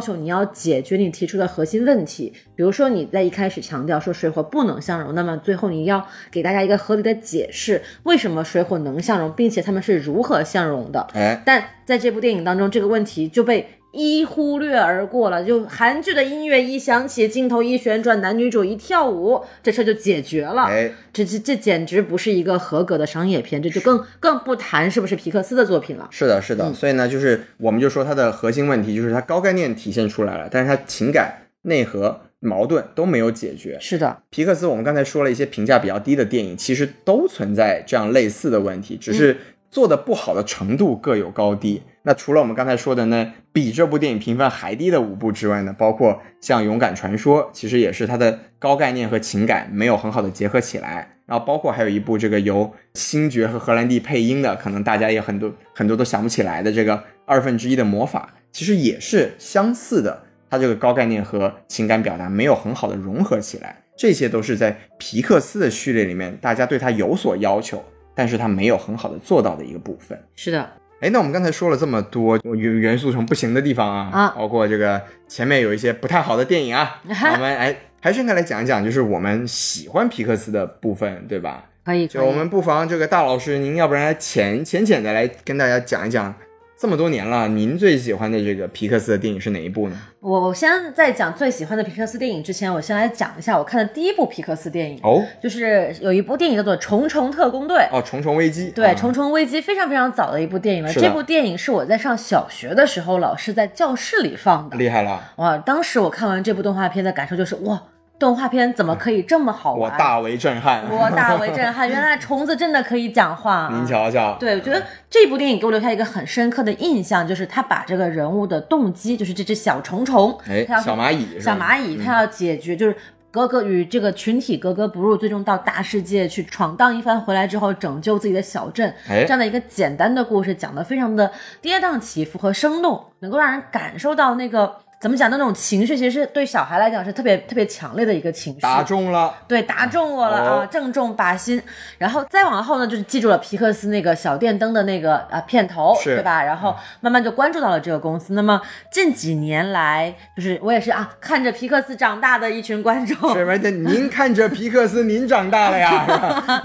Speaker 2: 求，你要解决你提出的核心问题。比如说你在一开始强调说水火不能相容，那么最后你要给大家一个合理的解释，为什么水火能相容，并且他们是如何相容的。
Speaker 1: 哎，
Speaker 2: 但在这部电影当中，这个问题就被一忽略而过了。就韩剧的音乐一响起，镜头一旋转，男女主一跳舞，这事儿就解决了。
Speaker 1: 哎，
Speaker 2: 这这这简直不是一个合格的商业片，这就更更不谈是不是皮克斯的作品了。
Speaker 1: 是的，是的。
Speaker 2: 嗯
Speaker 1: 所以呢，就是我们就说它的核心问题就是它高概念体现出来了，但是它情感内核矛盾都没有解决。
Speaker 2: 是的，
Speaker 1: 皮克斯，我们刚才说了一些评价比较低的电影，其实都存在这样类似的问题，只是做的不好的程度各有高低。那除了我们刚才说的呢，比这部电影评分还低的五部之外呢，包括像《勇敢传说》，其实也是它的高概念和情感没有很好的结合起来。然后包括还有一部这个由星爵和荷兰弟配音的，可能大家也很多很多都想不起来的这个二分之一的魔法，其实也是相似的。它这个高概念和情感表达没有很好的融合起来，这些都是在皮克斯的序列里面，大家对它有所要求，但是它没有很好的做到的一个部分。
Speaker 2: 是的，
Speaker 1: 哎，那我们刚才说了这么多元元素城不行的地方啊，
Speaker 2: 啊
Speaker 1: 包括这个前面有一些不太好的电影 啊，我们哎还是应该来讲一讲，就是我们喜欢皮克斯的部分，对吧？
Speaker 2: 可以。
Speaker 1: 就
Speaker 2: 可以
Speaker 1: 我们不妨这个大老师，您要不然来浅浅浅的来跟大家讲一讲，这么多年了，您最喜欢的这个皮克斯的电影是哪一部呢？
Speaker 2: 我我先在讲最喜欢的皮克斯电影之前，我先来讲一下我看的第一部皮克斯电影，
Speaker 1: 哦
Speaker 2: 就是有一部电影叫做《重重特工队》。
Speaker 1: 哦，《重重危机》
Speaker 2: 对，
Speaker 1: 啊
Speaker 2: 《重重危机》非常非常早的一部电影了。
Speaker 1: 是的
Speaker 2: 这部电影是我在上小学的时候，老师在教室里放的。
Speaker 1: 厉害了，
Speaker 2: 哇，当时我看完这部动画片的感受就是，哇，动画片怎么可以这么好
Speaker 1: 我
Speaker 2: 玩？
Speaker 1: 大为震撼。
Speaker 2: 我大为震撼，原来虫子真的可以讲话、啊。
Speaker 1: 您瞧瞧，
Speaker 2: 对，我觉得这部电影给我留下一个很深刻的印象，就是他把这个人物的动机，就是这只小虫虫，
Speaker 1: 哎
Speaker 2: 他要，
Speaker 1: 小蚂蚁，
Speaker 2: 小蚂
Speaker 1: 蚁，
Speaker 2: 蚁，它要解决就是格格与这个群体格格不入，最终到大世界去闯荡一番，回来之后拯救自己的小镇，
Speaker 1: 哎
Speaker 2: 这样的一个简单的故事，讲得非常的跌宕起伏和生动，能够让人感受到那个。怎么讲那种情绪，其实对小孩来讲是特别特别强烈的一个情绪。
Speaker 1: 打中了，
Speaker 2: 对，打中我了啊，
Speaker 1: 哦
Speaker 2: 正中靶心。然后再往后呢，就是记住了皮克斯那个小电灯的那个啊片头，
Speaker 1: 是嗯
Speaker 2: 对吧？然后慢慢就关注到了这个公司。那么近几年来，就是我也是啊，看着皮克斯长大的一群观众，
Speaker 1: 什么的？您看着皮克斯，您长大了 呀，是吧？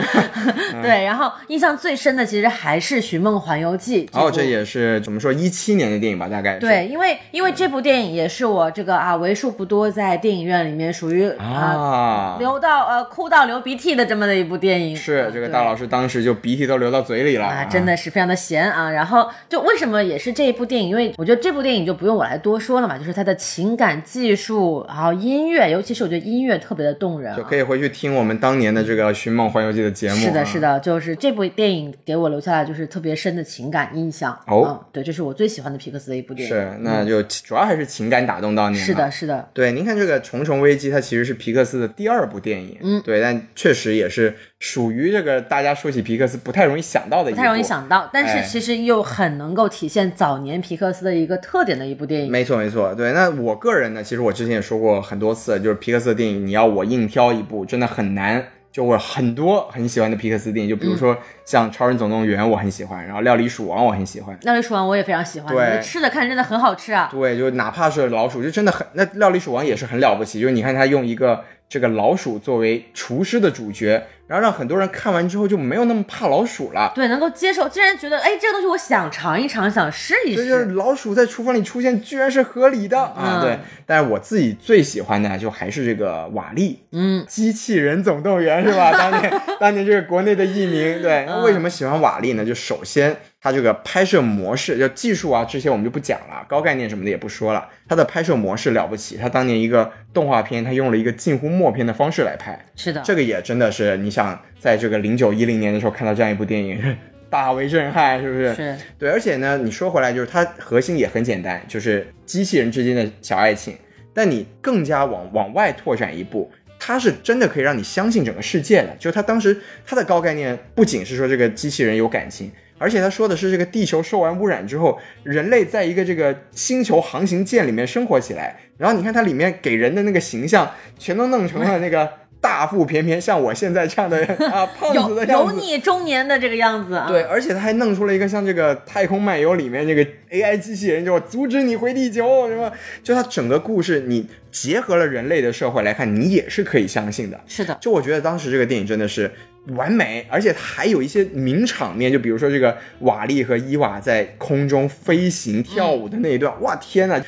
Speaker 1: 嗯
Speaker 2: 对。然后印象最深的其实还是《寻梦环游记》
Speaker 1: 哦，这
Speaker 2: 部
Speaker 1: 也是怎么说，一七年的电影吧，大概是
Speaker 2: 对，因为因为这部电影也是我这个啊为数不多在电影院里面属于啊
Speaker 1: 啊，
Speaker 2: 流到呃哭到流鼻涕的这么的一部电影。
Speaker 1: 是
Speaker 2: 嗯
Speaker 1: 这个
Speaker 2: 对
Speaker 1: 大老师当时就鼻涕都流到嘴里了
Speaker 2: 啊，真的是非常的闲啊。然后就为什么也是这一部电影，因为我觉得这部电影就不用我来多说了嘛，就是它的情感、技术，然后音乐，尤其是我觉得音乐特别的动人、啊
Speaker 1: 就。可以回去听我们当年的这个《寻梦环游记》的节目。啊
Speaker 2: 是的，是
Speaker 1: 的。
Speaker 2: 的，就是这部电影给我留下来就是特别深的情感印象。
Speaker 1: 哦
Speaker 2: 嗯，对，这是我最喜欢的皮克斯的一部电影。
Speaker 1: 是，那就主要还是情感打动到您了。
Speaker 2: 是的，是的，
Speaker 1: 对，您看这个《重重危机》，它其实是皮克斯的第二部电影，
Speaker 2: 嗯
Speaker 1: 对，但确实也是属于这个大家说起皮克斯不太容易想到的一
Speaker 2: 不
Speaker 1: 部，
Speaker 2: 太容易。想到，但
Speaker 1: 哎
Speaker 2: 是其实又很能够体现早年皮克斯的一个特点的一部电影。
Speaker 1: 没错，没错，对。那我个人呢，其实我之前也说过很多次，就是皮克斯的电影，你要我硬挑一部，真的很难。就我很多很喜欢的皮克斯电影，就比如
Speaker 2: 嗯
Speaker 1: 说像《超人总动员》，我很喜欢，然后《料理鼠王》，我很喜欢。
Speaker 2: 那就说完，我也非常喜欢，
Speaker 1: 对
Speaker 2: 我觉得吃的看着真的很好吃啊。
Speaker 1: 对，就哪怕是老鼠，就真的很那《料理鼠王》也是很了不起，就是你看他用一个这个老鼠作为厨师的主角，然后让很多人看完之后就没有那么怕老鼠了。
Speaker 2: 对，能够接受，竟然觉得哎，这个东西我想尝一尝，想试一
Speaker 1: 所以就是
Speaker 2: 试。
Speaker 1: 老鼠在厨房里出现，居然是合理的啊！
Speaker 2: 嗯
Speaker 1: 对，但是我自己最喜欢的就还是这个瓦力，
Speaker 2: 嗯，
Speaker 1: 机器人总动员是吧？当年当年这个国内的译名，对，那为什么喜欢瓦力呢？就首先它这个拍摄模式，就技术啊这些我们就不讲了，高概念什么的也不说了。它的拍摄模式了不起，它当年一个动画片，它用了一个近乎默片的方式来拍，
Speaker 2: 是的，
Speaker 1: 这个也真的是你想在这个零九一零年的时候看到这样一部电影， 大为震撼，是不是？
Speaker 2: 是
Speaker 1: 对，而且呢，你说回来，就是它核心也很简单，就是机器人之间的小爱情。但你更加往往外拓展一步，它是真的可以让你相信整个世界的。就是它当时它的高概念不仅是说这个机器人有感情，而且他说的是这个地球受完污染之后，人类在一个这个星球航行舰里面生活起来。然后你看它里面给人的那个形象，全都弄成了那个大腹便便，像我现在这 样的啊胖子
Speaker 2: 有
Speaker 1: 的样
Speaker 2: 有
Speaker 1: 子。
Speaker 2: 你中年的这个样子啊。
Speaker 1: 对，，而且他还弄出了一个像这个《太空漫游》里面这个 AI 机器人，就阻止你回地球什么，就它整个故事，你结合了人类的社会来看，你也是可以相信的。
Speaker 2: 是的，
Speaker 1: 就我觉得当时这个电影真的是完美，而且它还有一些名场面，就比如说这个瓦力和伊娃在空中飞
Speaker 2: 嗯
Speaker 1: 行跳舞的那一段，哇天呐！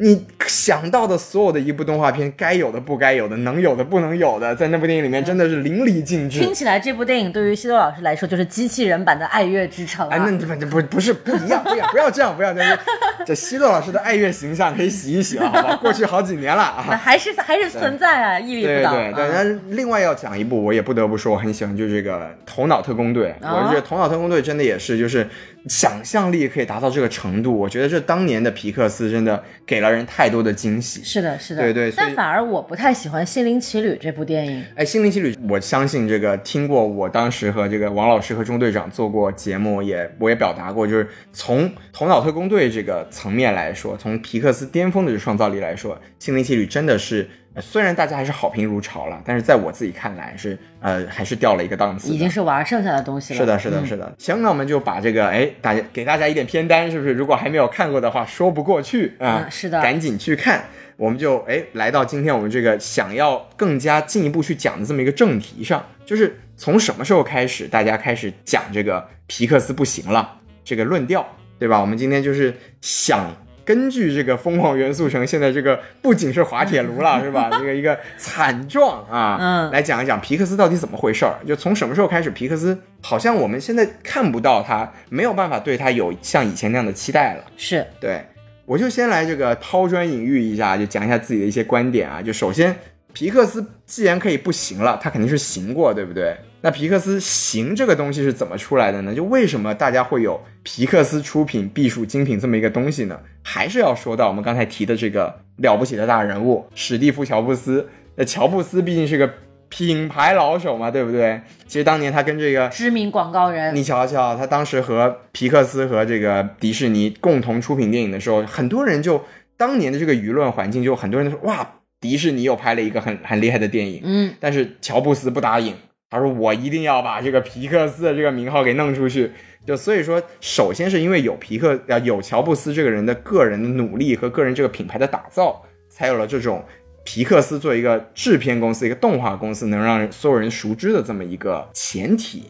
Speaker 1: 你想到的所有的一部动画片，该有的不该有的，能有的不能有的，在那部电影里面真的是淋漓尽致。
Speaker 2: 嗯听起来这部电影对于西多老师来说就是机器人版的《爱乐之城》
Speaker 1: 哎，那
Speaker 2: 啊。
Speaker 1: 你们这不不是不一样，不一样，不要这样，不要这样。这希洛老师的爱乐形象可以洗一洗啊了，好吧？过去好几年了
Speaker 2: 那
Speaker 1: 啊。
Speaker 2: 还是还是存在啊，屹立
Speaker 1: 对
Speaker 2: 不倒。
Speaker 1: 对对，
Speaker 2: 嗯
Speaker 1: 但是另外要讲一部，我也不得不说，我很喜欢，就是这个《头脑特工队》。
Speaker 2: 啊
Speaker 1: 我觉得《头脑特工队》真的也是，就是想象力可以达到这个程度。我觉得这当年的皮克斯真的给了人太多的惊喜。
Speaker 2: 是的，是的。
Speaker 1: 对对所以
Speaker 2: 但反而我不太喜欢《心灵奇旅》这部电影。
Speaker 1: 哎，心灵奇旅，我相信这个听过我当时和这个王老师和钟队长做过节目，也我也表达过，就是从《头脑特工队》这个层面来说，从皮克斯巅峰的创造力来说，心灵奇旅真的是。呃虽然大家还是好评如潮了，但是在我自己看来是，呃，还是掉了一个档次的。
Speaker 2: 已经是玩剩下的东西了。
Speaker 1: 是的，是的，
Speaker 2: 嗯
Speaker 1: 是的。行，那我们就把这个，哎，大家给大家一点片单，是不是？如果还没有看过的话，说不过去啊、
Speaker 2: 嗯是的
Speaker 1: 赶紧去看。我们就哎，来到今天我们这个想要更加进一步去讲的这么一个正题上，就是从什么时候开始，大家开始讲这个皮克斯不行了这个论调，对吧？我们今天就是想根据这个疯狂元素城现在这个不仅是滑铁卢了，是 吧？这个一个惨状啊，
Speaker 2: 嗯
Speaker 1: 来讲一讲皮克斯到底怎么回事儿，就从什么时候开始，皮克斯好像我们现在看不到他，没有办法对他有像以前那样的期待了。
Speaker 2: 是
Speaker 1: 对，我就先来这个抛砖引玉一下，就讲一下自己的一些观点啊。就首先，皮克斯既然可以不行了，他肯定是行过，对不对？那皮克斯行这个东西是怎么出来的呢？就为什么大家会有皮克斯出品必属精品这么一个东西呢？还是要说到我们刚才提的这个了不起的大人物史蒂夫·乔布斯。那乔布斯毕竟是个品牌老手嘛，对不对？其实当年他跟这个
Speaker 2: 知名广告人。
Speaker 1: 你瞧瞧，他当时和皮克斯和这个迪士尼共同出品电影的时候，很多人就当年的这个舆论环境，就很多人都说哇，迪士尼又拍了一个很很厉害的电影，
Speaker 2: 嗯，
Speaker 1: 但是乔布斯不答应，他说我一定要把这个皮克斯的这个名号给弄出去。就所以说，首先是因为有皮克呃有乔布斯这个人的个人的努力和个人这个品牌的打造，才有了这种皮克斯作为一个制片公司、一个动画公司能让所有人熟知的这么一个前提。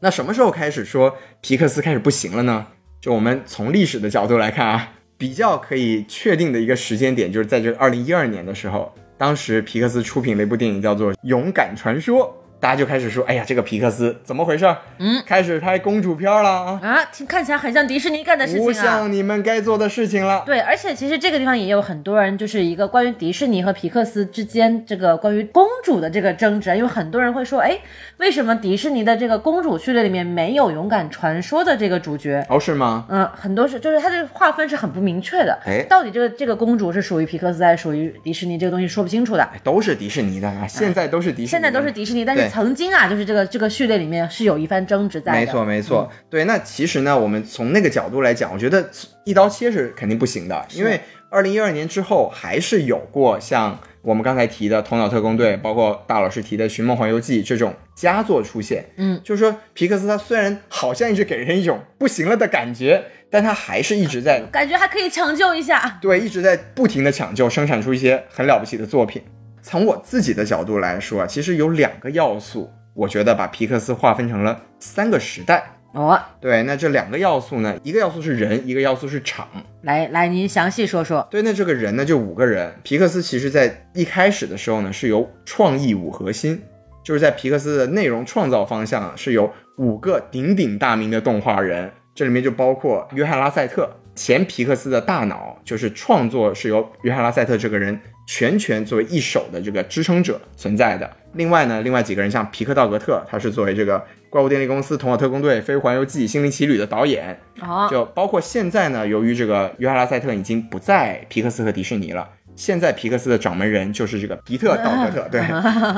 Speaker 1: 那什么时候开始说皮克斯开始不行了呢？就我们从历史的角度来看啊，比较可以确定的一个时间点，就是在这个二零一二年的时候，当时皮克斯出品了一部电影叫做《勇敢传说》，大家就开始说，哎呀，这个皮克斯怎么回事？
Speaker 2: 嗯，
Speaker 1: 开始拍公主片了啊，
Speaker 2: 啊，听看起来很像迪士尼干的事
Speaker 1: 不
Speaker 2: 情啊。
Speaker 1: 像你们该做的事情了。
Speaker 2: 对，而且其实这个地方也有很多人，就是一个关于迪士尼和皮克斯之间这个关于公主的这个争执，因为很多人会说，哎，为什么迪士尼的这个公主序列里面没有勇敢传说的这个主角？
Speaker 1: 哦，是吗？
Speaker 2: 嗯，很多是就是它的划分是很不明确的，
Speaker 1: 哎
Speaker 2: 到底这个这个公主是属于皮克斯还是属于迪士尼，这个东西说不清楚的。
Speaker 1: 哎都是迪士尼的啊，现在都是迪士尼的，
Speaker 2: 现在都是迪士尼，但是
Speaker 1: 对
Speaker 2: 曾经啊，就是这个这个序列里面是有一番争执在的。
Speaker 1: 没错，没错。对，那其实呢，我们从那个角度来讲，我觉得一刀切是肯定不行的，因为二零一二年之后还是有过像我们刚才提的《头脑特工队》，包括大老师提的《寻梦环游记》这种佳作出现。
Speaker 2: 嗯，
Speaker 1: 就是说皮克斯他虽然好像一直给人一种不行了的感觉，但他还是一直在
Speaker 2: 感觉还可以抢救一下。
Speaker 1: 对，一直在不停的抢救，生产出一些很了不起的作品。从我自己的角度来说啊，其实有两个要素，我觉得把皮克斯划分成了三个时代。
Speaker 2: 哦，
Speaker 1: 对，那这两个要素呢，一个要素是人，一个要素是场。
Speaker 2: 来来，您详细说说。
Speaker 1: 对，那这个人呢就五个人。皮克斯其实在一开始的时候呢，是由创意五核心，就是在皮克斯的内容创造方向啊是由五个鼎鼎大名的动画人，这里面就包括约翰拉塞特，前皮克斯的大脑，就是创作是由约翰拉塞特这个人全权作为一手的这个支撑者存在的。另外呢，另外几个人像皮克道格特，他是作为这个《怪物电力公司》《童话特工队》《飞屋环游记》《心灵奇旅》的导演，
Speaker 2: 哦，
Speaker 1: 就包括现在呢，由于这个约翰拉塞特已经不在皮克斯和迪士尼了，现在皮克斯的掌门人就是这个皮特道格特，对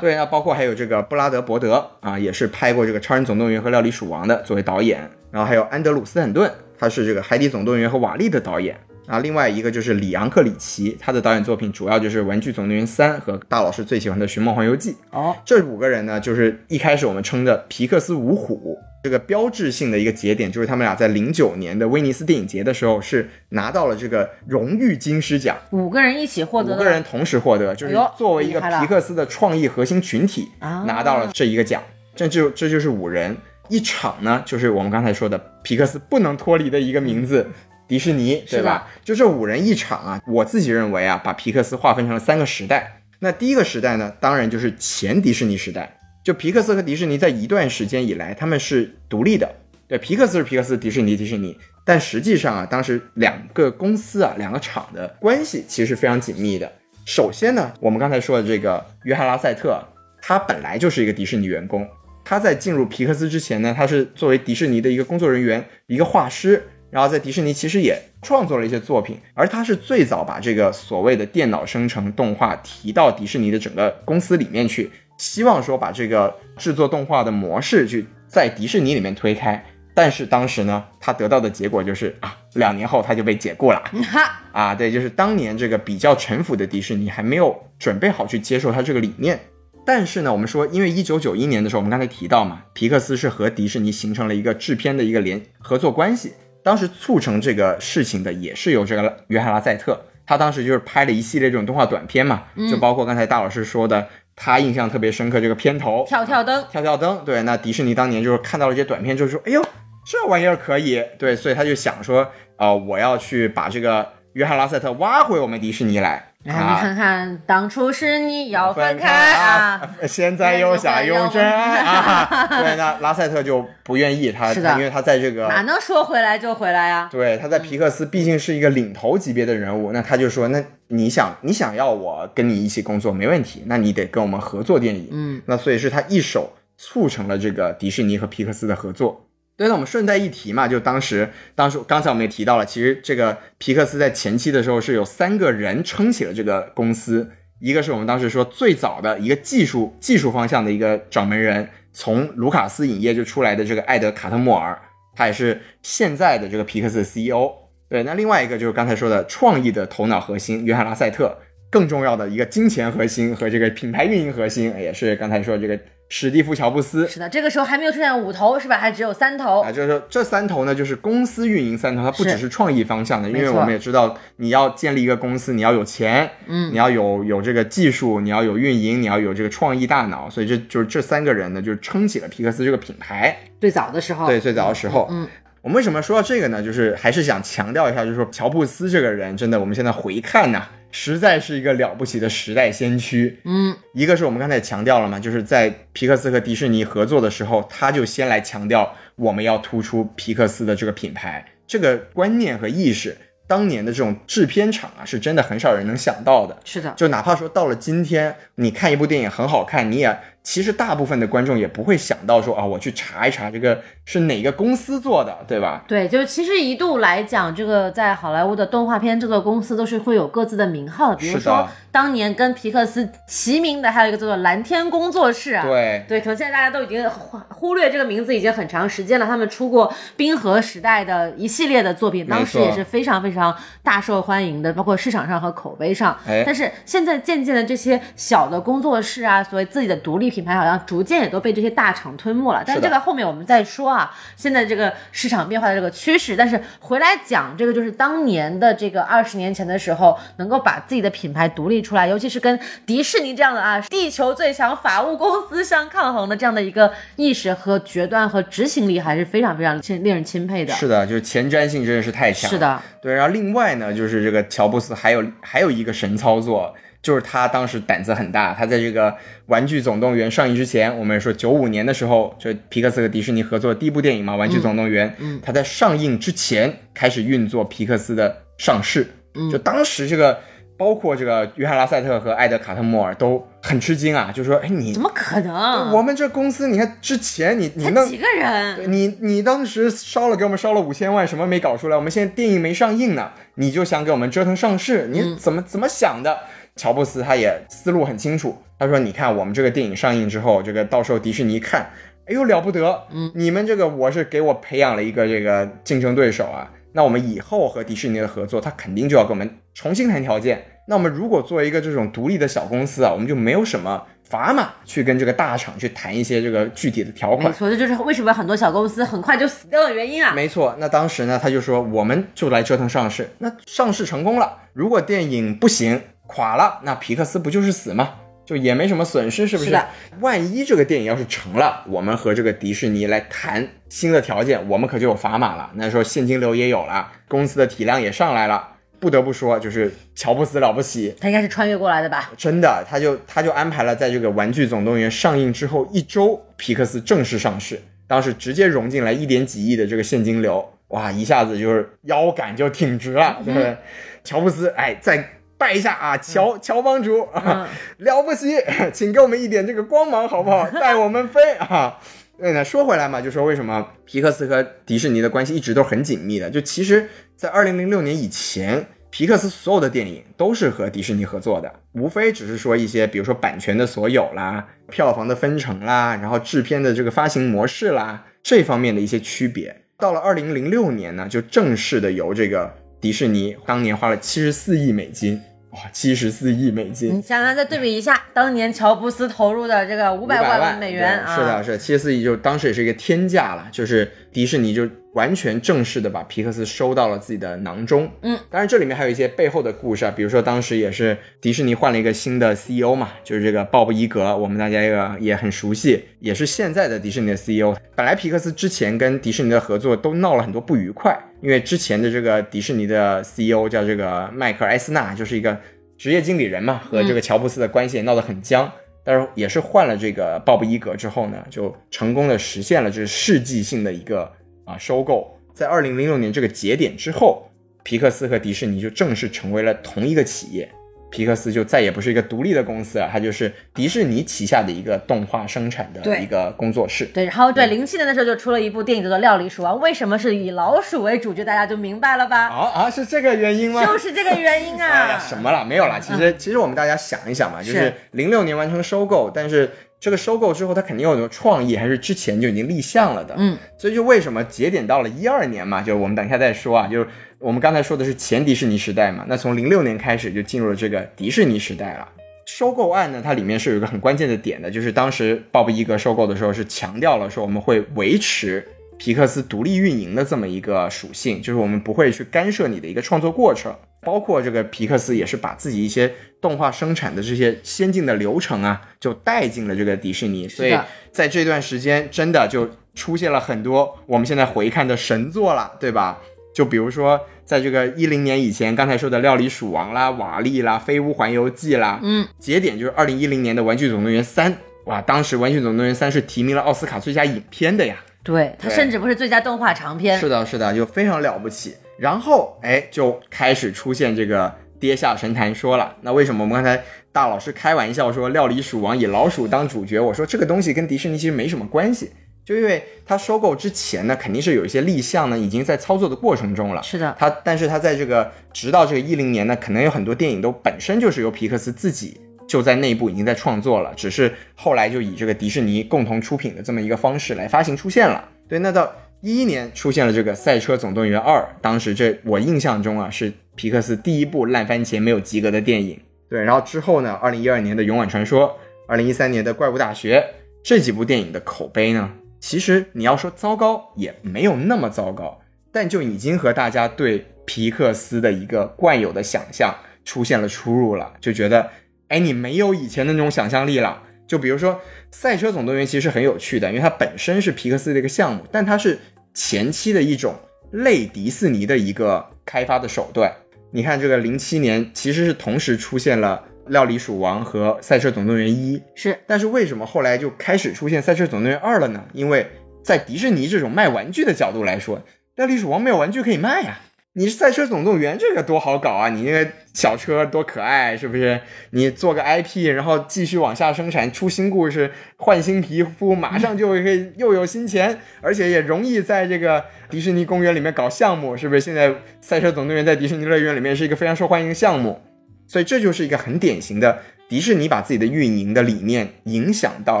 Speaker 1: 对，那包括还有这个布拉德伯德啊，也是拍过这个《超人总动员》和《料理鼠王》的作为导演，然后还有安德鲁斯坦顿，他是这个《海底总动员》和《瓦力》的导演。啊，另外一个就是里昂克里奇，他的导演作品主要就是《玩具总动员三》和大老师最喜欢的《寻梦环游记》。
Speaker 2: 哦，
Speaker 1: 这五个人呢，就是一开始我们称的皮克斯五虎。这个标志性的一个节点，就是他们俩在零九年的威尼斯电影节的时候，是拿到了这个荣誉金狮奖，
Speaker 2: 五个人一起获啊得
Speaker 1: 五
Speaker 2: 了
Speaker 1: 个人同时获得，就是
Speaker 2: 哎呦
Speaker 1: 作为一个
Speaker 2: 厉害了
Speaker 1: 皮克斯的创意核心群体，
Speaker 2: 啊
Speaker 1: 拿到了这一个奖。这就这就是五人一场呢，就是我们刚才说的皮克斯不能脱离的一个名字。迪士尼
Speaker 2: 是
Speaker 1: 对
Speaker 2: 的
Speaker 1: 吧？就这五人一场啊，我自己认为啊，把皮克斯划分成了三个时代。那第一个时代呢，当然就是前迪士尼时代，就皮克斯和迪士尼在一段时间以来，他们是独立的。对，皮克斯是皮克斯，迪士尼迪士尼。但实际上啊，当时两个公司啊，两个厂的关系其实是非常紧密的。首先呢，我们刚才说的这个约翰拉塞特，啊他本来就是一个迪士尼员工。他在进入皮克斯之前呢，他是作为迪士尼的一个工作人员，一个画师，然后在迪士尼其实也创作了一些作品，而他是最早把这个所谓的电脑生成动画提到迪士尼的整个公司里面去，希望说把这个制作动画的模式去在迪士尼里面推开。但是当时呢，他得到的结果就是啊，两年后他就被解雇了。
Speaker 2: 哈，
Speaker 1: 啊，对，就是当年这个比较城府的迪士尼还没有准备好去接受它这个理念。但是呢，我们说，因为一九九一年的时候，我们刚才提到嘛，皮克斯是和迪士尼形成了一个制片的一个联合作关系。当时促成这个事情的也是有这个约翰拉塞特，他当时就是拍了一系列这种动画短片嘛，就包括刚才大老师说的，他印象特别深刻这个片头
Speaker 2: 跳跳灯，
Speaker 1: 跳跳灯。对，那迪士尼当年就是看到了这些短片，就是说，哎呦，这玩意儿可以。对，所以他就想说，呃，我要去把这个约翰拉塞特挖回我们迪士尼 来啊
Speaker 2: 哎，你看看，当初是你要分开啊，！
Speaker 1: 现在又想用真爱啊！对，那拉塞特就不愿意，他
Speaker 2: 是的
Speaker 1: 他因为他在这个
Speaker 2: 哪能说回来就回来啊？
Speaker 1: 对，他在皮克斯毕竟是一个领头级别的人物，那他就说，那你想你想要我跟你一起工作没问题，那你得跟我们合作电影。
Speaker 2: 嗯，
Speaker 1: 那所以是他一手促成了这个迪士尼和皮克斯的合作。对，那我们顺带一提嘛，就当时当时刚才我们也提到了，其实这个皮克斯在前期的时候是有三个人撑起了这个公司，一个是我们当时说最早的一个技术技术方向的一个掌门人，从卢卡斯影业就出来的这个艾德卡特莫尔，他也是现在的这个皮克斯的 CEO。对，那另外一个就是刚才说的创意的头脑核心约翰拉塞特，更重要的一个金钱核心和这个品牌运营核心，也是刚才说这个史蒂夫乔布斯。
Speaker 2: 是的，这个时候还没有出现五头是吧？还只有三头
Speaker 1: 啊，。就是说这三头呢，就是公司运营三头，它不
Speaker 2: 哦是
Speaker 1: 只是创意方向的，因为
Speaker 2: 没错
Speaker 1: 我们也知道，你要建立一个公司，你要有钱，
Speaker 2: 嗯
Speaker 1: 你要有有这个技术，你要有运营，你要有这个创意大脑，所以这就是这三个人呢，就是撑起了皮克斯这个品牌。
Speaker 2: 最早的时候，
Speaker 1: 对，最早的时候，
Speaker 2: 嗯，
Speaker 1: 我们为什么说到这个呢？就是还是想强调一下，就是说乔布斯这个人，真的，我们现在回看呐、实在是一个了不起的时代先驱。
Speaker 2: 嗯，
Speaker 1: 一个是我们刚才也强调了嘛，就是在皮克斯和迪士尼合作的时候，他就先来强调我们要突出皮克斯的这个品牌，这个观念和意识，当年的这种制片厂啊，是真的很少人能想到的。
Speaker 2: 是的，
Speaker 1: 就哪怕说到了今天，你看一部电影很好看，你也其实大部分的观众也不会想到说啊，我去查一查这个是哪个公司做的，对吧？
Speaker 2: 对，就是其实一度来讲，这个在好莱坞的动画片制作公司都是会有各自的名号的，比如
Speaker 1: 是的
Speaker 2: 说当年跟皮克斯齐名的还有一个叫做蓝天工作室啊。
Speaker 1: 对，
Speaker 2: 对，可能现在大家都已经忽忽略这个名字已经很长时间了。他们出过冰河时代的一系列的作品，
Speaker 1: 没错
Speaker 2: 当时也是非常非常大受欢迎的，包括市场上和口碑上。
Speaker 1: 哎
Speaker 2: 但是现在渐渐的，这些小的工作室啊，所谓自己的独立品牌，好像逐渐也都被这些大厂吞没了。但
Speaker 1: 是
Speaker 2: 是
Speaker 1: 的
Speaker 2: 这个后面我们再说啊，现在这个市场变化的这个趋势。但是回来讲这个，就是当年的这个二十年前的时候，能够把自己的品牌独立出来，尤其是跟迪士尼这样的啊，地球最强法务公司相抗衡的这样的一个意识和决断和执行力，还是非常非常令令人钦佩的。
Speaker 1: 是的，就是前瞻性真的是太强。
Speaker 2: 是，的，
Speaker 1: 对。然后另外呢，就是这个乔布斯还有还有一个神操作。就是他当时胆子很大，他在这个《玩具总动员》上映之前，我们说九五年的时候，就皮克斯和迪士尼合作的第一部电影嘛，《玩具总动员》
Speaker 2: 嗯
Speaker 1: 他在上映之前开始运作皮克斯的上市，
Speaker 2: 嗯
Speaker 1: 就当时这个包括这个约翰拉塞特和艾德卡特莫尔都很吃惊啊，就说：“哎，你
Speaker 2: 怎么可能？
Speaker 1: 我们这公司，你看之前你你
Speaker 2: 才
Speaker 1: 弄
Speaker 2: 几个人？
Speaker 1: 你你当时烧了给我们烧了五千万，什么没搞出来？我们现在电影没上映呢，你就想给我们折腾上市？
Speaker 2: 嗯
Speaker 1: 你怎么、怎么想的？乔布斯他也思路很清楚，他说：“你看我们这个电影上映之后，这个到时候迪士尼看，哎呦了不得，
Speaker 2: 嗯，
Speaker 1: 你们这个我是给我培养了一个这个竞争对手啊，那我们以后和迪士尼的合作，他肯定就要跟我们重新谈条件。那我们如果作为一个这种独立的小公司啊，我们就没有什么砝码去跟这个大厂去谈一些这个具体的条款
Speaker 2: 没。错，这就是为什么很多小公司很快就死掉的原因啊。
Speaker 1: 没错，那当时呢，他就说我们就来折腾上市。那上市成功了，如果电影不行垮了，那皮克斯不就是死吗？就也没什么损失，是不是？
Speaker 2: 是的
Speaker 1: 万一这个电影要是成了，我们和这个迪士尼来谈新的条件，我们可就有砝码了。那时候现金流也有了，公司的体量也上来了。不得不说，就是乔布斯了不起，
Speaker 2: 他应该是穿越过来的吧？
Speaker 1: 真的，他就他就安排了在这个《玩具总动员》上映之后一周，皮克斯正式上市，当时直接融进来一点几亿的这个现金流，哇，一下子就是腰杆就挺直了，对不对？乔布斯，哎，再拜一下啊，乔、乔帮主 啊，了不起， 请给我们一点这个光芒好不好？带我们飞啊！对呢，说回来嘛，就说为什么皮克斯和迪士尼的关系一直都很紧密的？就其实，在二零零六年以前，皮克斯所有的电影都是和迪士尼合作的，无非只是说一些，比如说版权的所有啦、票房的分成啦，然后制片的这个发行模式啦这方面的一些区别。到了二零零六年呢，就正式的由这个迪士尼当年花了七十四亿美金，哇，七十四亿美金，
Speaker 2: 你想想，再对比一下当年乔布斯投入的这个五
Speaker 1: 五
Speaker 2: 百
Speaker 1: 万
Speaker 2: 万美元
Speaker 1: 对
Speaker 2: 啊，
Speaker 1: 是的，是的，七十四亿就当时也是一个天价了，就是迪士尼就完全正式的把皮克斯收到了自己的囊中。
Speaker 2: 嗯，
Speaker 1: 当然这里面还有一些背后的故事啊，比如说当时也是迪士尼换了一个新的 CEO 嘛，就是这个鲍勃伊格，我们大家也也很熟悉，也是现在的迪士尼的 CEO。本来皮克斯之前跟迪士尼的合作都闹了很多不愉快，因为之前的这个迪士尼的 CEO 叫这个迈克尔·埃斯纳，就是一个职业经理人嘛，和这个乔布斯的关系也闹得很僵。但是也是换了这个鲍勃伊格之后呢，就成功的实现了这世纪性的一个啊收购。在二零零六年这个节点之后，皮克斯和迪士尼就正式成为了同一个企业。皮克斯就再也不是一个独立的公司了，它就是迪士尼旗下的一个动画生产的
Speaker 2: 对
Speaker 1: 一个工作室。
Speaker 2: 对，然后
Speaker 1: 嗯
Speaker 2: 对零七年的时候就出了一部电影叫做《料理鼠王》，为什么是以老鼠为主角，大家就明白了吧？
Speaker 1: 啊啊，是这个原因吗？
Speaker 2: 就是嗯这个 原因
Speaker 1: 哎
Speaker 2: 啊。
Speaker 1: 哎呀，什？么了？没有啦。其实，其实我们大家想一想嘛，就是是零六年完成收购，但是这个收购之后，它肯定有很多创意，还是之前就已经立项了的。
Speaker 2: 嗯，
Speaker 1: 所以就为什么节点到了一二年嘛，就是我们等一下再说啊，就是我们刚才说的是前迪士尼时代嘛，那从零六年开始就进入了这个迪士尼时代了。收购案呢，它里面是有一个很关键的点的，就是当时鲍勃伊格收购的时候是强调了说我们会维持皮克斯独立运营的这么一个属性，就是我们不会去干涉你的一个创作过程，包括这个皮克斯也是把自己一些动画生产的这些先进的流程啊，就带进了这个迪士尼，所以在这段时间真的就出现了很多我们现在回看的神作了，对吧？就比如说，在这个一零年以前，刚才说的《料理鼠王》啦、《瓦力》啦、《飞屋环游记》啦，
Speaker 2: 嗯，
Speaker 1: 节点就是二零一零年的《玩具总动员三》。哇，当时《玩具总动员三》是提名了奥斯卡最佳影片的呀。
Speaker 2: 对，它
Speaker 1: 对
Speaker 2: 甚至不是最佳动画长片，
Speaker 1: 是的，是的，就非常了不起。然后，哎，就开始出现这个跌下神坛说了。那为什么我们刚才大老师开玩笑说《料理鼠王》以老鼠当主角？我说这个东西跟迪士尼其实没什么关系，就因为它收购之前呢，肯定是有一些立项呢已经在操作的过程中了。
Speaker 2: 是的，
Speaker 1: 他，但是他在这个直到这个一零年呢，可能有很多电影都本身就是由皮克斯自己就在内部已经在创作了，只是后来就以这个迪士尼共同出品的这么一个方式来发行出现了。对，那到一一年出现了这个《赛车总动员二》，当时这我印象中啊是皮克斯第一部烂番茄没有及格的电影。对，然后之后呢，二零一二年的《勇敢传说》，二零一三年的《怪物大学》这几部电影的口碑呢，其实你要说糟糕也没有那么糟糕，但就已经和大家对皮克斯的一个惯有的想象出现了出入了，就觉得，哎，你没有以前的那种想象力了。就比如说《赛车总动员》，其实是很有趣的，因为它本身是皮克斯的一个项目，但它是前期的一种类迪士尼的一个开发的手段。你看，这个零七年其实是同时出现了《料理鼠王》和《赛车总动员一》，
Speaker 2: 是
Speaker 1: 但是为什么后来就开始出现《赛车总动员二》了呢？因为在迪士尼这种卖玩具的角度来说，《料理鼠王》没有玩具可以卖呀、你是《赛车总动员》这个多好搞啊！你那个小车多可爱，是不是？你做个 IP，然后继续往下生产，出新故事，换新皮肤，马上就可以又有新钱，而且也容易在这个迪士尼公园里面搞项目，是不是？现在《赛车总动员》在迪士尼乐园里面是一个非常受欢迎的项目。所以这就是一个很典型的迪士尼把自己的运营的理念影响到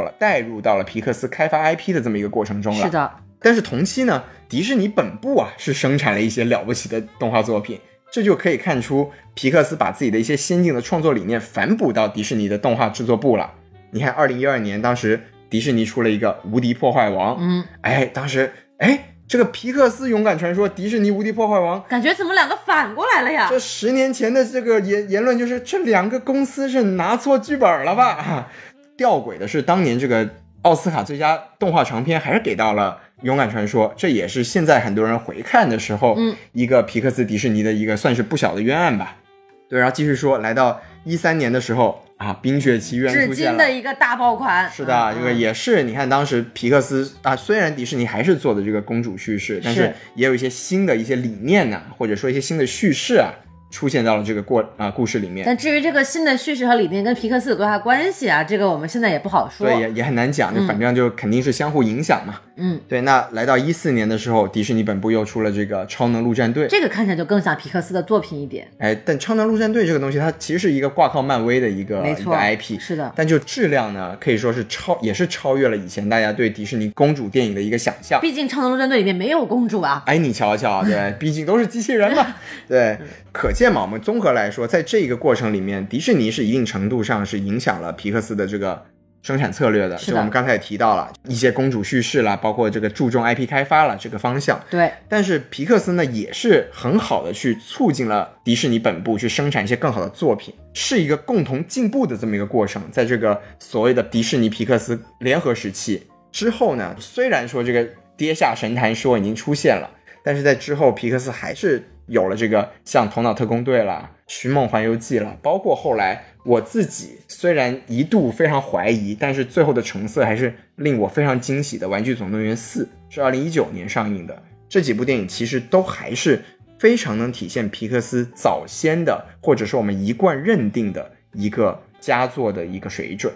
Speaker 1: 了、带入到了皮克斯开发 IP 的这么一个过程中了。
Speaker 2: 是的，
Speaker 1: 但是同期呢，迪士尼本部啊是生产了一些了不起的动画作品，这就可以看出皮克斯把自己的一些先进的创作理念反哺到迪士尼的动画制作部了。你看，二零一二年当时迪士尼出了一个《无敌破坏王》，
Speaker 2: 嗯，
Speaker 1: 哎，当时哎，这个皮克斯勇敢传说、迪士尼无敌破坏王
Speaker 2: 感觉怎么两个反过来了呀？
Speaker 1: 这十年前的这个言言论就是这两个公司是拿错剧本了
Speaker 2: 嗯
Speaker 1: 吧？吊诡的是，当年这个奥斯卡最佳动画长片还是给到了《勇敢传说》，这也是现在很多人回看的时候，
Speaker 2: 嗯，
Speaker 1: 一个皮克斯迪士尼的一个算是不小的冤案吧。对，然后继续说，来到一三年的时候啊，《冰雪奇缘》出
Speaker 2: 至
Speaker 1: 现
Speaker 2: 今
Speaker 1: 了
Speaker 2: 的。一个大爆款，
Speaker 1: 是的，
Speaker 2: 嗯
Speaker 1: 这个
Speaker 2: 嗯
Speaker 1: 也是，你看当时皮克斯啊，虽然迪士尼还是做的这个公主叙事，但是
Speaker 2: 是
Speaker 1: 也有一些新的一些理念呐、或者说一些新的叙事啊，出现到了这个过啊、故事里面。
Speaker 2: 但至于这个新的叙事和理念跟皮克斯有多大关系啊，这个我们现在也不好说。
Speaker 1: 对，也也很难讲，就
Speaker 2: 嗯
Speaker 1: 反正就肯定是相互影响嘛。
Speaker 2: 嗯，
Speaker 1: 对，那来到一四年的时候，迪士尼本部又出了这个《超能陆战队》。
Speaker 2: 这个看起来就更像皮克斯的作品一点，
Speaker 1: 哎，但《超能陆战队》这个东西，它其实是一个挂靠漫威的一个
Speaker 2: 没
Speaker 1: 一个
Speaker 2: 错
Speaker 1: IP，
Speaker 2: 是的，
Speaker 1: 但就质量呢，可以说是超，也是超越了以前大家对迪士尼公主电影的一个想象。
Speaker 2: 毕竟《超能陆战队》里面没有公 主啊。
Speaker 1: 哎，你瞧瞧，对，毕竟都是机器人 嘛，对，可见嘛，我们综合来说，在这个过程里面，迪士尼是一定程度上是影响了皮克斯的这个生产策略的。
Speaker 2: 是
Speaker 1: 就
Speaker 2: 的
Speaker 1: 我们刚才也提到了一些公主叙事啦，包括这个注重 IP 开发啦这个方向。
Speaker 2: 对，
Speaker 1: 但是皮克斯呢，也是很好的去促进了迪士尼本部去生产一些更好的作品，是一个共同进步的这么一个过程。在这个所谓的迪士尼皮克斯联合时期之后呢，虽然说这个跌下神坛说已经出现了，但是在之后皮克斯还是有了这个像《头脑特工队》啦，《寻梦环游记》啦，包括后来我自己虽然一度非常怀疑，但是最后的成色还是令我非常惊喜的《玩具总动员四》是二零一九年上映的。这几部电影其实都还是非常能体现皮克斯早先的，或者说我们一贯认定的一个佳作的一个水准。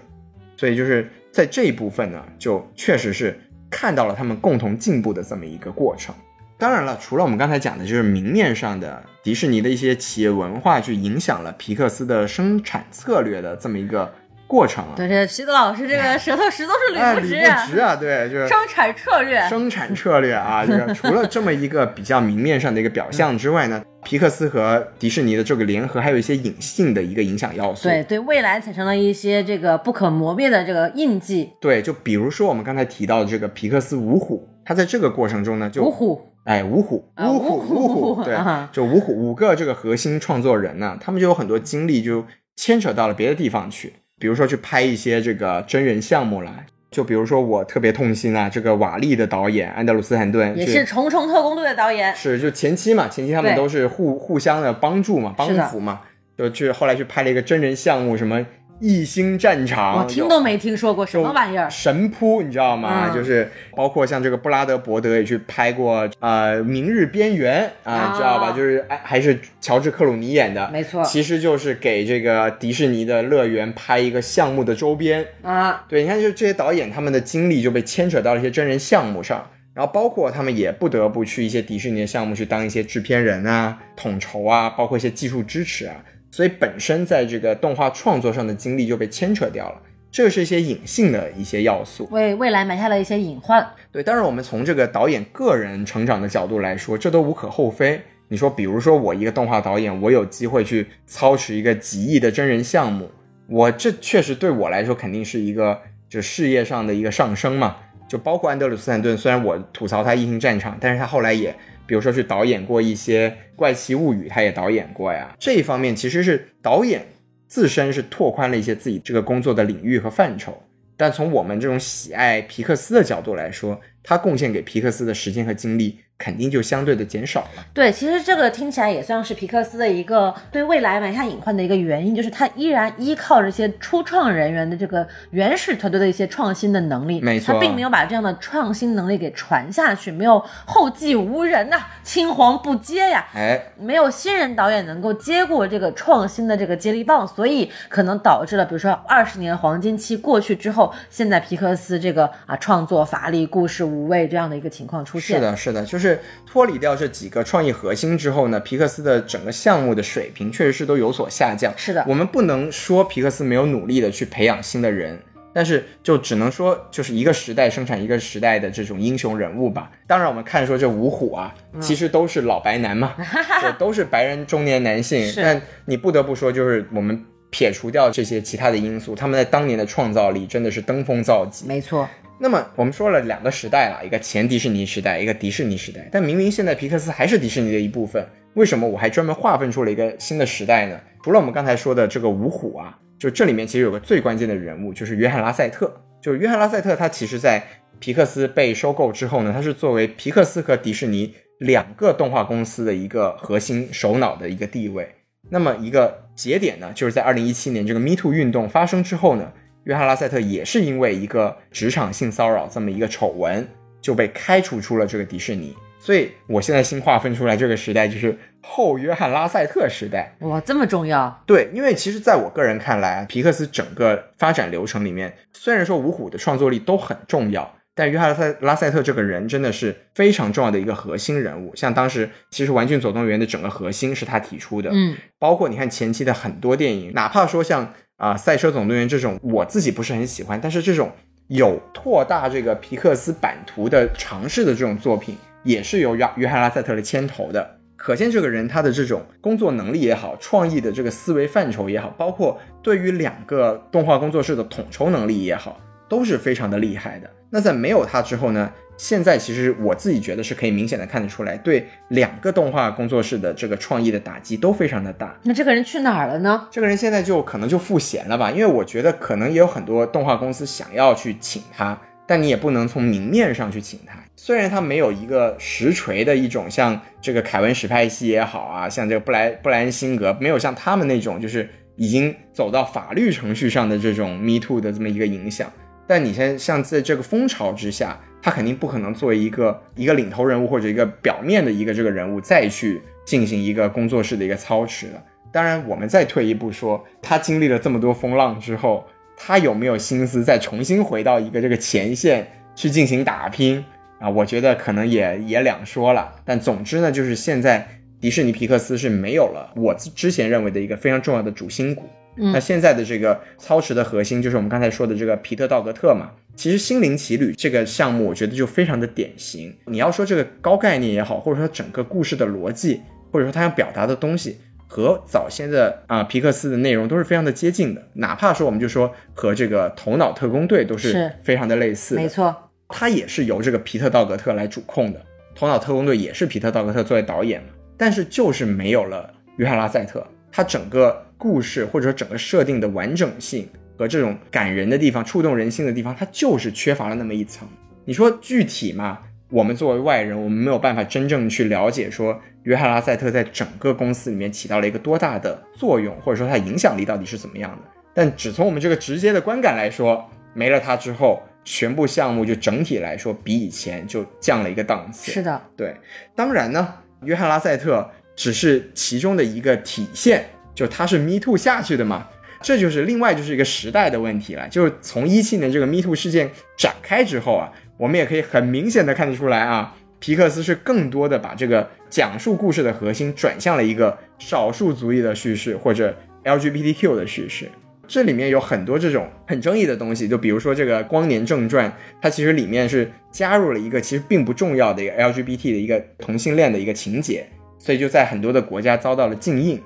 Speaker 1: 所以就是在这一部分呢，就确实是看到了他们共同进步的这么一个过程。当然了，除了我们刚才讲的，就是明面上的迪士尼的一些企业文化去影响了皮克斯的生产策略的这么一个过程啊。
Speaker 2: 对，这徐子老师这个舌头实都是
Speaker 1: 哎，
Speaker 2: 捋不
Speaker 1: 理
Speaker 2: 直，
Speaker 1: 不直啊，对，就是
Speaker 2: 生产策略。
Speaker 1: 生产策略啊， 这个除了这么一个比较明面上的一个表象之外呢，皮克斯和迪士尼的这个联合还有一些隐性的一个影响要素。
Speaker 2: 对对，未来产生了一些这个不可磨灭的这个印记。
Speaker 1: 对就比如说我们刚才提到的这个皮克斯五虎，他在这个过程中呢，就
Speaker 2: 五虎，
Speaker 1: 哎五虎
Speaker 2: 啊
Speaker 1: 五
Speaker 2: 五
Speaker 1: 虎
Speaker 2: 虎
Speaker 1: 五虎， 对
Speaker 2: 啊，
Speaker 1: 就五虎五个这个核心创作人呢，他们就有很多精力就牵扯到了别的地方去，比如说去拍一些这个真人项目来。就比如说，我特别痛心啊，这个瓦力的导演安德鲁斯·坦顿
Speaker 2: 也
Speaker 1: 去
Speaker 2: 是《重重特工队》的导演。
Speaker 1: 是，就前期嘛，前期他们
Speaker 2: 对
Speaker 1: 都是互互相的帮助嘛，帮
Speaker 2: 是的
Speaker 1: 扶嘛，就去后来去拍了一个真人项目，什么异星战场，
Speaker 2: 我听都没
Speaker 1: 有。
Speaker 2: 听说过什
Speaker 1: 啊就
Speaker 2: 么玩意儿，
Speaker 1: 神扑，你知道吗？
Speaker 2: 嗯
Speaker 1: 就是包括像这个布拉德伯德也去拍过，呃，《明日边缘》啊，你知道吧？
Speaker 2: 啊
Speaker 1: 就是哎还是乔治克鲁尼演的，
Speaker 2: 没错
Speaker 1: 其实就是给这个迪士尼的乐园拍一个项目的周边，
Speaker 2: 啊！
Speaker 1: 对，你看，就这些导演他们的精力就被牵扯到了一些真人项目上，然后包括他们也不得不去一些迪士尼的项目去当一些制片人啊、统筹啊，包括一些技术支持啊，所以本身在这个动画创作上的精力就被牵扯掉了。这是一些隐性的一些要素，
Speaker 2: 为未来埋下了一些隐患。
Speaker 1: 对。当然，我们从这个导演个人成长的角度来说，这都无可厚非。你说，比如说我一个动画导演，我有机会去操持一个几亿的真人项目，我这确实对我来说肯定是一个就事业上的一个上升嘛。就包括安德鲁斯坦顿，虽然我吐槽他《异形战场》，但是他后来也，比如说去导演过一些《怪奇物语》，他也导演过呀。这一方面其实是导演自身是拓宽了一些自己这个工作的领域和范畴。但从我们这种喜爱皮克斯的角度来说，他贡献给皮克斯的时间和精力肯定就相对的减少了。
Speaker 2: 对，其实这个听起来也算是皮克斯的一个对未来埋下隐患的一个原因，就是它依然依靠这些初创人员的这个原始团队的一些创新的能力，
Speaker 1: 没错
Speaker 2: 它并没有把这样的创新能力给传下去，没有后继无人呐、青黄不接呀、
Speaker 1: 哎，
Speaker 2: 没有新人导演能够接过这个创新的这个接力棒，所以可能导致了，比如说二十年黄金期过去之后，现在皮克斯这个啊创作乏力、故事无味这样的一个情况出现。
Speaker 1: 是，的，是的，就是脱离掉这几个创意核心之后呢，皮克斯的整个项目的水平确实是都有所下降。
Speaker 2: 是的
Speaker 1: 我们不能说皮克斯没有努力的去培养新的人，但是就只能说就是一个时代生产一个时代的这种英雄人物吧。当然，我们看说这五虎啊，
Speaker 2: 嗯
Speaker 1: 其实都是老白男 嘛，对，都是白人中年男性。
Speaker 2: 是
Speaker 1: 但你不得不说，就是我们撇除掉这些其他的因素，他们在当年的创造力真的是登峰造极。
Speaker 2: 没错，
Speaker 1: 那么我们说了两个时代啊了，一个前迪士尼时代，一个迪士尼时代。但明明现在皮克斯还是迪士尼的一部分，为什么我还专门划分出了一个新的时代呢？除了我们刚才说的这个五虎啊，就这里面其实有个最关键的人物，就是约翰拉塞特。就是约翰拉塞特，他其实在皮克斯被收购之后呢，他是作为皮克斯和迪士尼两个动画公司的一个核心首脑的一个地位。那么一个节点呢，就是在二零一七年这个 Me Too 运动发生之后呢，约翰拉塞特也是因为一个职场性骚扰这么一个丑闻，就被开除出了这个迪士尼。所以我现在新划分出来这个时代就是后约翰拉塞特时代。
Speaker 2: 哇，这么重要，
Speaker 1: 对，因为其实在我个人看来，啊皮克斯整个发展流程里面，虽然说五虎的创作力都很重要，但约翰拉塞拉塞特这个人真的是非常重要的一个核心人物。像当时其实《玩具总动员》的整个核心是他提出的，
Speaker 2: 嗯，
Speaker 1: 包括你看前期的很多电影，哪怕说像啊、赛车总动员》这种，我自己不是很喜欢，但是这种有扩大这个皮克斯版图的尝试的这种作品，也是由约约翰拉塞特来牵头的。可见这个人他的这种工作能力也好，创意的这个思维范畴也好，包括对于两个动画工作室的统筹能力也好，都是非常的厉害的。那在没有他之后呢？现在其实我自己觉得是可以明显的看得出来，对两个动画工作室的这个创意的打击都非常的大。
Speaker 2: 那这个人去哪儿了呢？
Speaker 1: 这个人现在就可能就赋闲了吧，因为我觉得可能也有很多动画公司想要去请他，但你也不能从明面上去请他。虽然他没有一个实锤的一种像这个凯文史派西也好啊，像这个布莱布莱恩辛格，没有像他们那种就是已经走到法律程序上的这种 Me Too 的这么一个影响，但你现在像在这个风潮之下，他肯定不可能作为一个一个领头人物或者一个表面的一个这个人物再去进行一个工作室的一个操持了。当然，我们再退一步说，他经历了这么多风浪之后，他有没有心思再重新回到一个这个前线去进行打拼啊？我觉得可能也也两说了。但总之呢，就是现在迪士尼皮克斯是没有了我之前认为的一个非常重要的主心骨。
Speaker 2: 嗯
Speaker 1: 那现在的这个操持的核心就是我们刚才说的这个皮特道格特嘛。其实心灵奇旅这个项目，我觉得就非常的典型。你要说这个高概念也好，或者说整个故事的逻辑，或者说他想表达的东西，和早先的啊、皮克斯的内容都是非常的接近的。哪怕说我们就说和这个《头脑特工队》都
Speaker 2: 是
Speaker 1: 是非常的类似的
Speaker 2: 没错，
Speaker 1: 它也是由这个皮特·道格特来主控的，《头脑特工队》也是皮特·道格特作为导演嘛，但是就是没有了约翰·拉塞特，他整个故事或者说整个设定的完整性和这种感人的地方、触动人心的地方，它就是缺乏了那么一层。你说具体嘛，我们作为外人，我们没有办法真正去了解说约翰·拉塞特在整个公司里面起到了一个多大的作用，或者说他影响力到底是怎么样的。但只从我们这个直接的观感来说，没了他之后，全部项目就整体来说比以前就降了一个档次。
Speaker 2: 是的，
Speaker 1: 对，当然呢，约翰拉塞特只是其中的一个体现，就他是 Me Too 下去的嘛。这就是另外就是一个时代的问题了，就是从一七年这个 Me Too 事件展开之后啊，我们也可以很明显的看得出来啊，皮克斯是更多的把这个讲述故事的核心转向了一个少数族裔的叙事或者 LGBTQ 的叙事。这里面有很多这种很争议的东西，就比如说这个《光年正传》，它其实里面是加入了一个其实并不重要的一个 LGBT 的一个同性恋的一个情节，所以就在很多的国家遭到了禁映。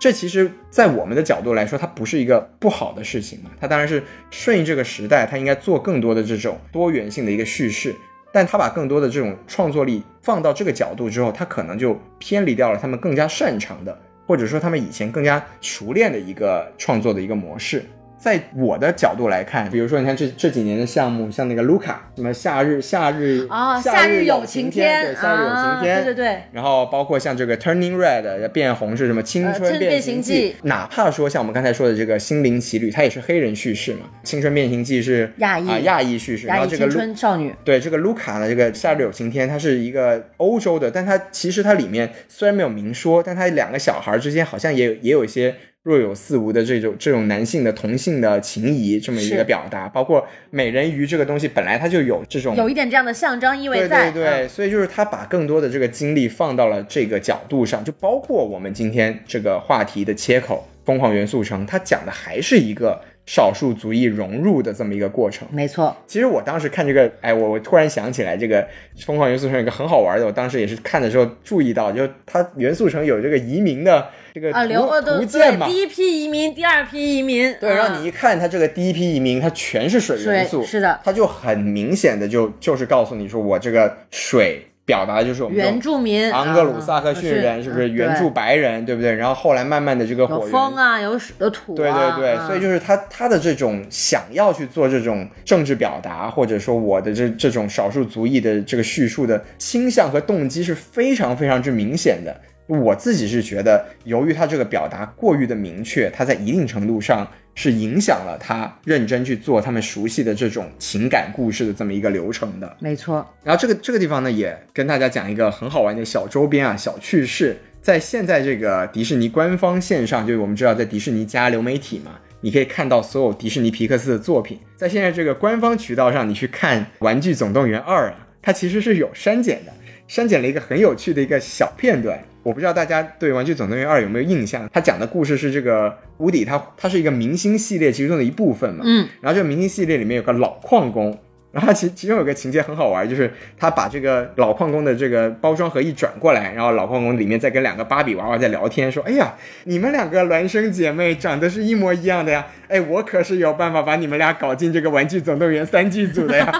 Speaker 1: 这其实，在我们的角度来说，它不是一个不好的事情嘛，它当然是顺应这个时代，它应该做更多的这种多元性的一个叙事。但他把更多的这种创作力放到这个角度之后，他可能就偏离掉了他们更加擅长的，或者说他们以前更加熟练的一个创作的一个模式。在我的角度来看，比如说你看这这几年的项目，像那个卢卡，什么夏日夏日
Speaker 2: 哦，
Speaker 1: 夏
Speaker 2: 日
Speaker 1: 有
Speaker 2: 晴
Speaker 1: 天，对，夏日有
Speaker 2: 啊
Speaker 1: 晴天，
Speaker 2: 对对对，
Speaker 1: 然后包括像这个 Turning Red 变红是什么青
Speaker 2: 呃
Speaker 1: 春
Speaker 2: 春
Speaker 1: 变
Speaker 2: 变
Speaker 1: 形
Speaker 2: 形
Speaker 1: 记，
Speaker 2: 记
Speaker 1: 哪怕说像我们刚才说的这个心灵奇旅，它也是黑人叙事嘛，青春变形记是
Speaker 2: 亚裔
Speaker 1: 啊、亚裔叙事，然
Speaker 2: 亚
Speaker 1: 后
Speaker 2: 裔
Speaker 1: 这个路
Speaker 2: 青春少女，
Speaker 1: 对这个卢卡呢，这个《夏日有晴天》，它是一个欧洲的，但它其实它里面虽然没有明说，但它两个小孩之间好像也有也有一些若有似无的这种这种男性的同性的情谊这么一个
Speaker 2: 是
Speaker 1: 表达，包括美人鱼这个东西本来它就有这种
Speaker 2: 有一点这样的象征意味
Speaker 1: 对
Speaker 2: 在，
Speaker 1: 嗯
Speaker 2: 嗯
Speaker 1: 对对，所以就是他把更多的这个精力放到了这个角度上，就包括我们今天这个话题的切口《疯狂元素城》，它讲的还是一个少数族裔融入的这么一个过程
Speaker 2: 嗯。没错，
Speaker 1: 其实我当时看这个，哎，我我突然想起来，这个《疯狂元素城》有一个很好玩的，我当时也是看的时候注意到，就它元素城有这个移民的这个图、
Speaker 2: 啊，留呃
Speaker 1: 图
Speaker 2: 对
Speaker 1: 鉴嘛
Speaker 2: 对，，第一批移民，第二批移民，
Speaker 1: 对，让
Speaker 2: 嗯
Speaker 1: 你一看它这个第一批移民，它全是水元素，
Speaker 2: 水是的
Speaker 1: 它就很明显的就就是告诉你说，我这个水表达的就是我们这种
Speaker 2: 原住民，啊
Speaker 1: 昂格鲁萨克逊人是不是原住
Speaker 2: 住
Speaker 1: 白人，对不对？然后后来慢慢的这个
Speaker 2: 嗯有
Speaker 1: 火源，
Speaker 2: 风啊，有水有土啊，
Speaker 1: 对对对，所以
Speaker 2: 就
Speaker 1: 就是他他的这种想要去做这种政治表达，或者说我的这这种少数族裔的这个叙述的倾向和动机是非常非常之明显的。我自己是觉得，由于他这个表达过于的明确，他在一定程度上是影响了他认真去做他们熟悉的这种情感故事的这么一个流程的。
Speaker 2: 没错，
Speaker 1: 然后这个这个地方呢，也跟大家讲一个很好玩的小周边啊，小趣事。在现在这个迪士尼官方线上，就是我们知道在迪士尼加流媒体嘛，你可以看到所有迪士尼皮克斯的作品。在现在这个官方渠道上，你去看《玩具总动员二》啊，它其实是有删减的，删减了一个很有趣的一个小片段。我不知道大家对《玩具总动员二》有没有印象？它讲的故事是这个无底他他是一个明星系列其中的一部分嘛。
Speaker 2: 嗯，
Speaker 1: 然后这个明星系列里面有个老矿工，然后他其其中有个情节很好玩，就是他把这个老矿工的这个包装盒一转过来，然后老矿工里面在跟两个芭比娃娃在聊天，说：“哎呀，你们两个孪生姐妹长得是一模一样的呀，哎，我可是有办法把你们俩搞进这个《玩具总动员》三剧组的 呀。”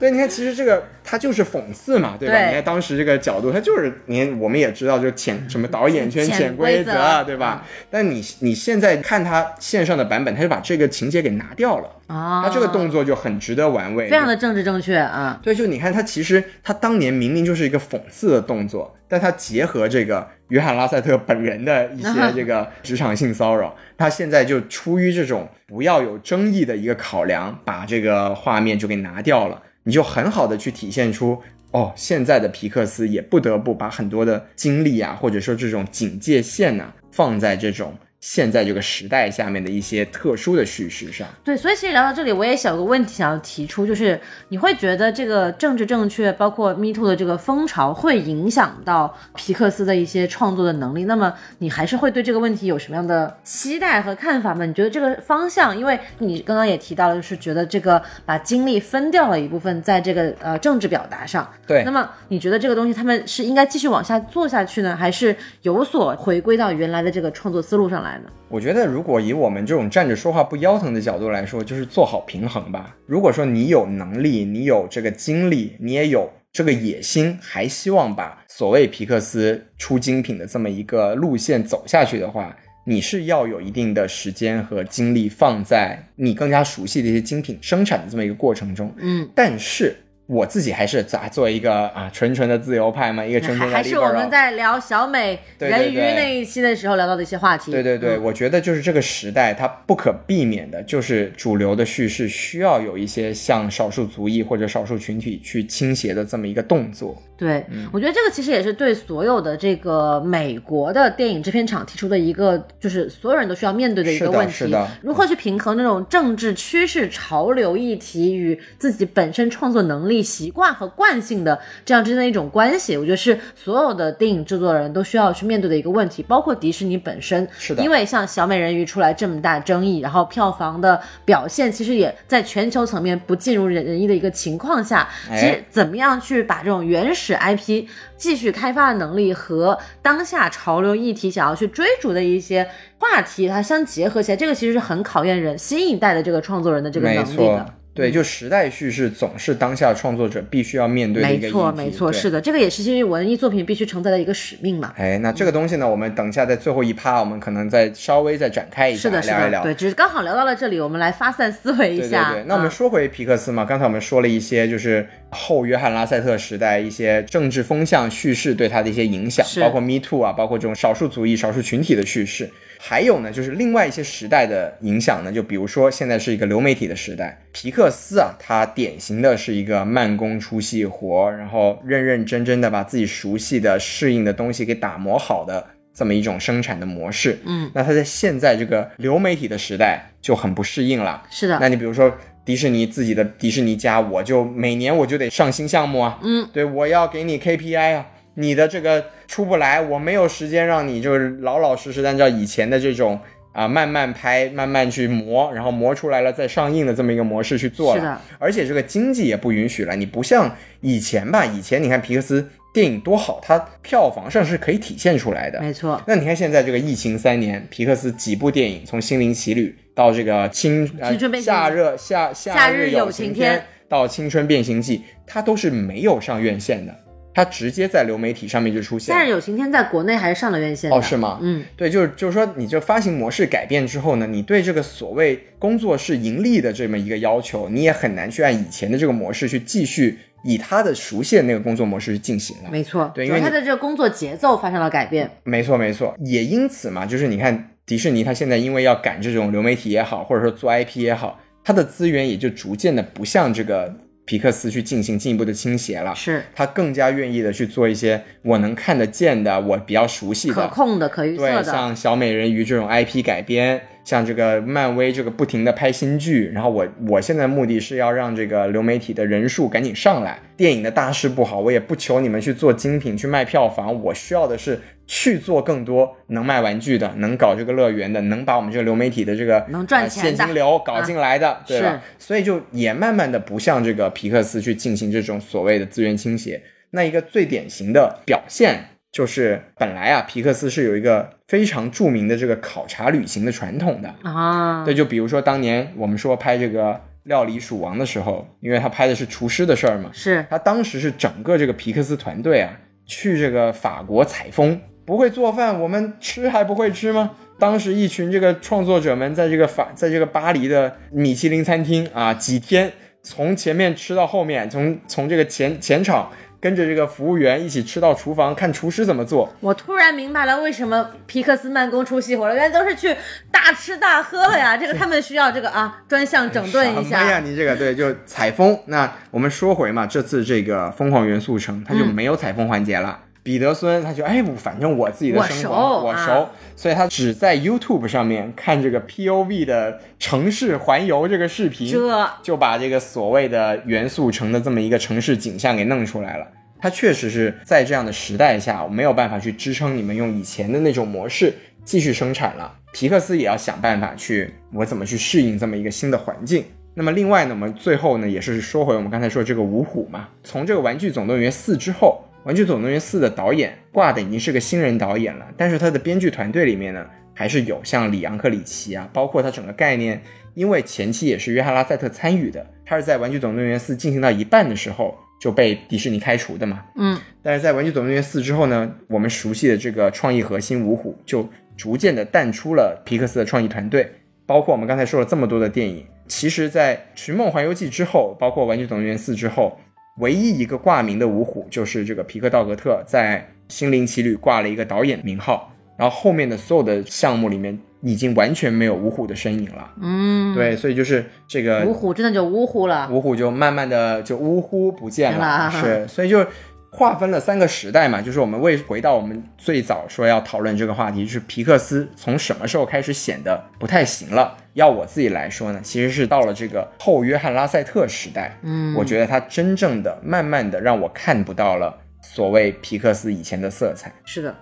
Speaker 1: 对，你看，其实这个他就是讽刺嘛，对吧？
Speaker 2: 对
Speaker 1: 你看当时这个角度，他就是你看，我们也知道，就是潜什么导演圈
Speaker 2: 潜
Speaker 1: 潜
Speaker 2: 规
Speaker 1: 规
Speaker 2: 则嗯
Speaker 1: 则啊，对吧？但你你现在看他线上的版本，他就把这个情节给拿掉了，
Speaker 2: 啊，
Speaker 1: 他这个动作就很值得玩味，
Speaker 2: 非常的政治正确啊，
Speaker 1: 对，就你看他其实他当年明明就是一个讽刺的动作，但他结合这个约翰拉塞特本人的一些这个 职场性骚扰，他现在就出于这种不要有争议的一个考量，把这个画面就给拿掉了，你就很好的去体现出。哦，现在的皮克斯啊也不得不把很多的精力啊，或者说这种警戒线呐、放在这种现在这个时代下面的一些特殊的叙事上。
Speaker 2: 对，所以其实聊到这里，我也有个问题想要提出，就是你会觉得这个政治正确，包括 Me Too 的这个风潮，会影响到皮克斯的一些创作的能力？那么你还是会对这个问题有什么样的期待和看法吗？你觉得这个方向，因为你刚刚也提到了，就是觉得这个把精力分掉了一部分在这个呃政治表达上。
Speaker 1: 对
Speaker 2: 那么你觉得这个东西他们是应该继续往下做下去呢，还是有所回归到原来的这个创作思路上来呢？
Speaker 1: 我觉得，如果以我们这种站着说话不腰疼的角度来说，就是做好平衡吧。如果说你有能力，你有这个精力，你也有这个野心，还希望把所谓皮克斯出精品的这么一个路线走下去的话，你是要有一定的时间和精力放在你更加熟悉的一些精品生产的这么一个过程中。
Speaker 2: 嗯，
Speaker 1: 但是我自己还是咋作为一个啊纯纯的自由派嘛，一个纯
Speaker 2: 还
Speaker 1: 纯的
Speaker 2: 还是我
Speaker 1: liberal
Speaker 2: 们在聊小美
Speaker 1: 对对
Speaker 2: 人鱼
Speaker 1: 对
Speaker 2: 那一期的时候聊到的一些话题。
Speaker 1: 对对对，
Speaker 2: 嗯
Speaker 1: 我觉得就是这个时代，它不可避免的就是主流的叙事需要有一些向少数族裔或者少数群体去倾斜的这么一个动作。
Speaker 2: 对，
Speaker 1: 嗯
Speaker 2: 我觉得这个其实也是对所有的这个美国的电影制片厂提出的一个，就是所有人都需要面对的一
Speaker 1: 是
Speaker 2: 个
Speaker 1: 的
Speaker 2: 问
Speaker 1: 是
Speaker 2: 题
Speaker 1: 的，
Speaker 2: 如何去平衡那种政治趋势、潮流议题与自己本身创作能力、习惯和惯性的这样之间的一种关系。我觉得是所有的电影制作人都需要去面对的一个问题，包括迪士尼本身，
Speaker 1: 是的
Speaker 2: 因为像小美人鱼出来这么大争议，然后票房的表现其实也在全球层面不尽如人人意的一个情况下，
Speaker 1: 哎
Speaker 2: 其实怎么样去把这种原始 IP 继续开发的能力和当下潮流议题想要去追逐的一些话题，它相结合起来，这个其实是很考验人新一代的这个创作人的这个
Speaker 1: 没
Speaker 2: 能力嗯
Speaker 1: 错
Speaker 2: 的。，
Speaker 1: 对，就时代叙事总是当下创作者必须要面对的一
Speaker 2: 没
Speaker 1: 个议题。
Speaker 2: 错，没错，
Speaker 1: 对
Speaker 2: 是。的，这个也是其实文艺作品必须承载的一个使命嘛。
Speaker 1: 哎，那这个东西呢，我们等一下在最后一趴，我们可能再稍微再展开一下，
Speaker 2: 是的，是
Speaker 1: 哎聊
Speaker 2: 的，
Speaker 1: 一聊。
Speaker 2: 对，只是刚好聊到了这里，我们来发散思维一
Speaker 1: 对对
Speaker 2: 下。
Speaker 1: 对，那我们
Speaker 2: 嗯
Speaker 1: 说回皮克斯嘛，刚才我们说了一些就是后约翰拉塞特时代一些政治风向叙事对他的一些影响，
Speaker 2: 是
Speaker 1: 包括 Me Too 啊，包括这种少数族裔、少数群体的叙事，还有呢就是另外一些时代的影响呢，就比如说现在是一个流媒体的时代，皮克斯啊，他典型的是一个慢工出细活，然后认认真真的把自己熟悉的、适应的东西给打磨好的这么一种生产的模式。
Speaker 2: 嗯，
Speaker 1: 那他在现在这个流媒体的时代就很不适应了。
Speaker 2: 是的，
Speaker 1: 那你比如说迪士尼自己的迪士尼家，我就每年我就得上新项目啊，
Speaker 2: 嗯，
Speaker 1: 对我要给你 KPI 啊，你的这个出不来，我没有时间让你就是老老实实的按照以前的这种啊、慢慢拍，慢慢去磨，然后磨出来了再上映的这么一个模式去做
Speaker 2: 是的
Speaker 1: 了。而且这个经济也不允许了，你不像以前吧，以前你看皮克斯电影多好，它票房上是可以体现出来的，
Speaker 2: 没错，
Speaker 1: 那你看现在这个疫情三年，皮克斯几部电影，从《心灵奇旅》到这个青呃
Speaker 2: 青春变形记
Speaker 1: 夏热夏夏
Speaker 2: 夏日
Speaker 1: 日
Speaker 2: 有
Speaker 1: 晴
Speaker 2: 晴天
Speaker 1: 到《青春变形记》，它都是没有上院线的，它直接在流媒体上面就出现
Speaker 2: 夏日
Speaker 1: 了。
Speaker 2: 有晴天在国内还是上了院线的。
Speaker 1: 哦，是吗？
Speaker 2: 嗯，
Speaker 1: 对，就是就是说，你这发行模式改变之后呢，你对这个所谓工作室盈利的这么一个要求，你也很难去按以前的这个模式去继续以它的熟悉的那个工作模式去进行了。
Speaker 2: 没错，
Speaker 1: 对
Speaker 2: 主
Speaker 1: 因为
Speaker 2: 要他
Speaker 1: 你
Speaker 2: 的这个工作节奏发生了改变。
Speaker 1: 没错，没错，也因此嘛，就是你看迪士尼，它现在因为要赶这种流媒体也好，或者说做 IP 也好，它的资源也就逐渐的不向这个皮克斯去进行进一步的倾斜了。
Speaker 2: 是
Speaker 1: 它更加愿意的去做一些我能看得见的，我比较熟悉
Speaker 2: 可
Speaker 1: 的，
Speaker 2: 控的、可预测
Speaker 1: 对，
Speaker 2: 的。
Speaker 1: 像小美人鱼这种 IP 改编，像这个漫威这个不停的拍新剧，然后我我现在的目的是要让这个流媒体的人数赶紧上来。电影的大势不好，我也不求你们去做精品去卖票房，我需要的是去做更多能卖玩具的，能搞这个乐园的，能把我们这个流媒体的这个
Speaker 2: 能赚
Speaker 1: 呃
Speaker 2: 钱的啊
Speaker 1: 现金流搞进来的，对吧？所以就也慢慢的不向这个皮克斯去进行这种所谓的资源倾斜。那一个最典型的表现就是，本来啊，皮克斯是有一个非常著名的这个考察旅行的传统的。
Speaker 2: 啊，
Speaker 1: 对，就比如说当年我们说拍这个《料理鼠王》的时候，因为他拍的是厨师的事儿嘛，
Speaker 2: 是
Speaker 1: 他当时是整个这个皮克斯团队啊，去这个法国采风，不会做饭，我们吃还不会吃吗？当时一群这个创作者们在这个法，在这个巴黎的米其林餐厅啊，几天从前面吃到后面，从从这个前前场跟着这个服务员一起吃到厨房，看厨师怎么做。
Speaker 2: 我突然明白了为什么皮克斯慢工出细活了，原来都是去大吃大喝了呀。这个他们需要这个啊，专项整顿一
Speaker 1: 哎什么呀，
Speaker 2: 下。
Speaker 1: 你这个对，就
Speaker 2: 嗯
Speaker 1: 采风。那我们说回嘛，这次这个疯狂元素城，它就没有采风环节了。彼得孙他就哎，我反正我自己的生活
Speaker 2: 我熟
Speaker 1: 我熟
Speaker 2: 啊，
Speaker 1: 所以他只在 YouTube 上面看这个 POV 的城市环游这个视频，
Speaker 2: 这
Speaker 1: 就把这个所谓的元素城的这么一个城市景象给弄出来了。它确实是在这样的时代下，我没有办法去支撑你们用以前的那种模式继续生产了。皮克斯也要想办法去，我怎么去适应这么一个新的环境。那么另外呢，我们最后呢也是说回我们刚才说这个五虎嘛，从这个《玩具总动员四》之后，《玩具总动员四》的导演挂的已经是个新人导演了，但是他的编剧团队里面呢，还是有像里昂克里奇啊，包括他整个概念，因为前期也是约翰拉塞特参与的，他是在《玩具总动员四》进行到一半的时候就被迪士尼开除的嘛。
Speaker 2: 嗯，
Speaker 1: 但是在《玩具总动员四》之后呢，我们熟悉的这个创意核心五虎就逐渐的淡出了皮克斯的创意团队，包括我们刚才说了这么多的电影，其实，在《寻梦环游记》之后，包括《玩具总动员四》之后，唯一一个挂名的五虎就是这个皮克道格特在《心灵奇旅》挂了一个导演名号，然后后面的所有的项目里面已经完全没有五虎的身影了。
Speaker 2: 嗯，
Speaker 1: 对，所以就是这个
Speaker 2: 芜湖真的就芜湖了，
Speaker 1: 五虎就慢慢的就呜呼不见
Speaker 2: 没了
Speaker 1: 了，
Speaker 2: 啊
Speaker 1: 是，所以就划分了三个时代嘛，就是我们为回到我们最早说要讨论这个话题，就是皮克斯从什么时候开始显得不太行了？要我自己来说呢，其实是到了这个后约翰拉塞特时代，
Speaker 2: 嗯，
Speaker 1: 我觉得他真正的慢慢的让我看不到了所谓皮克斯以前的色彩。
Speaker 2: 是的，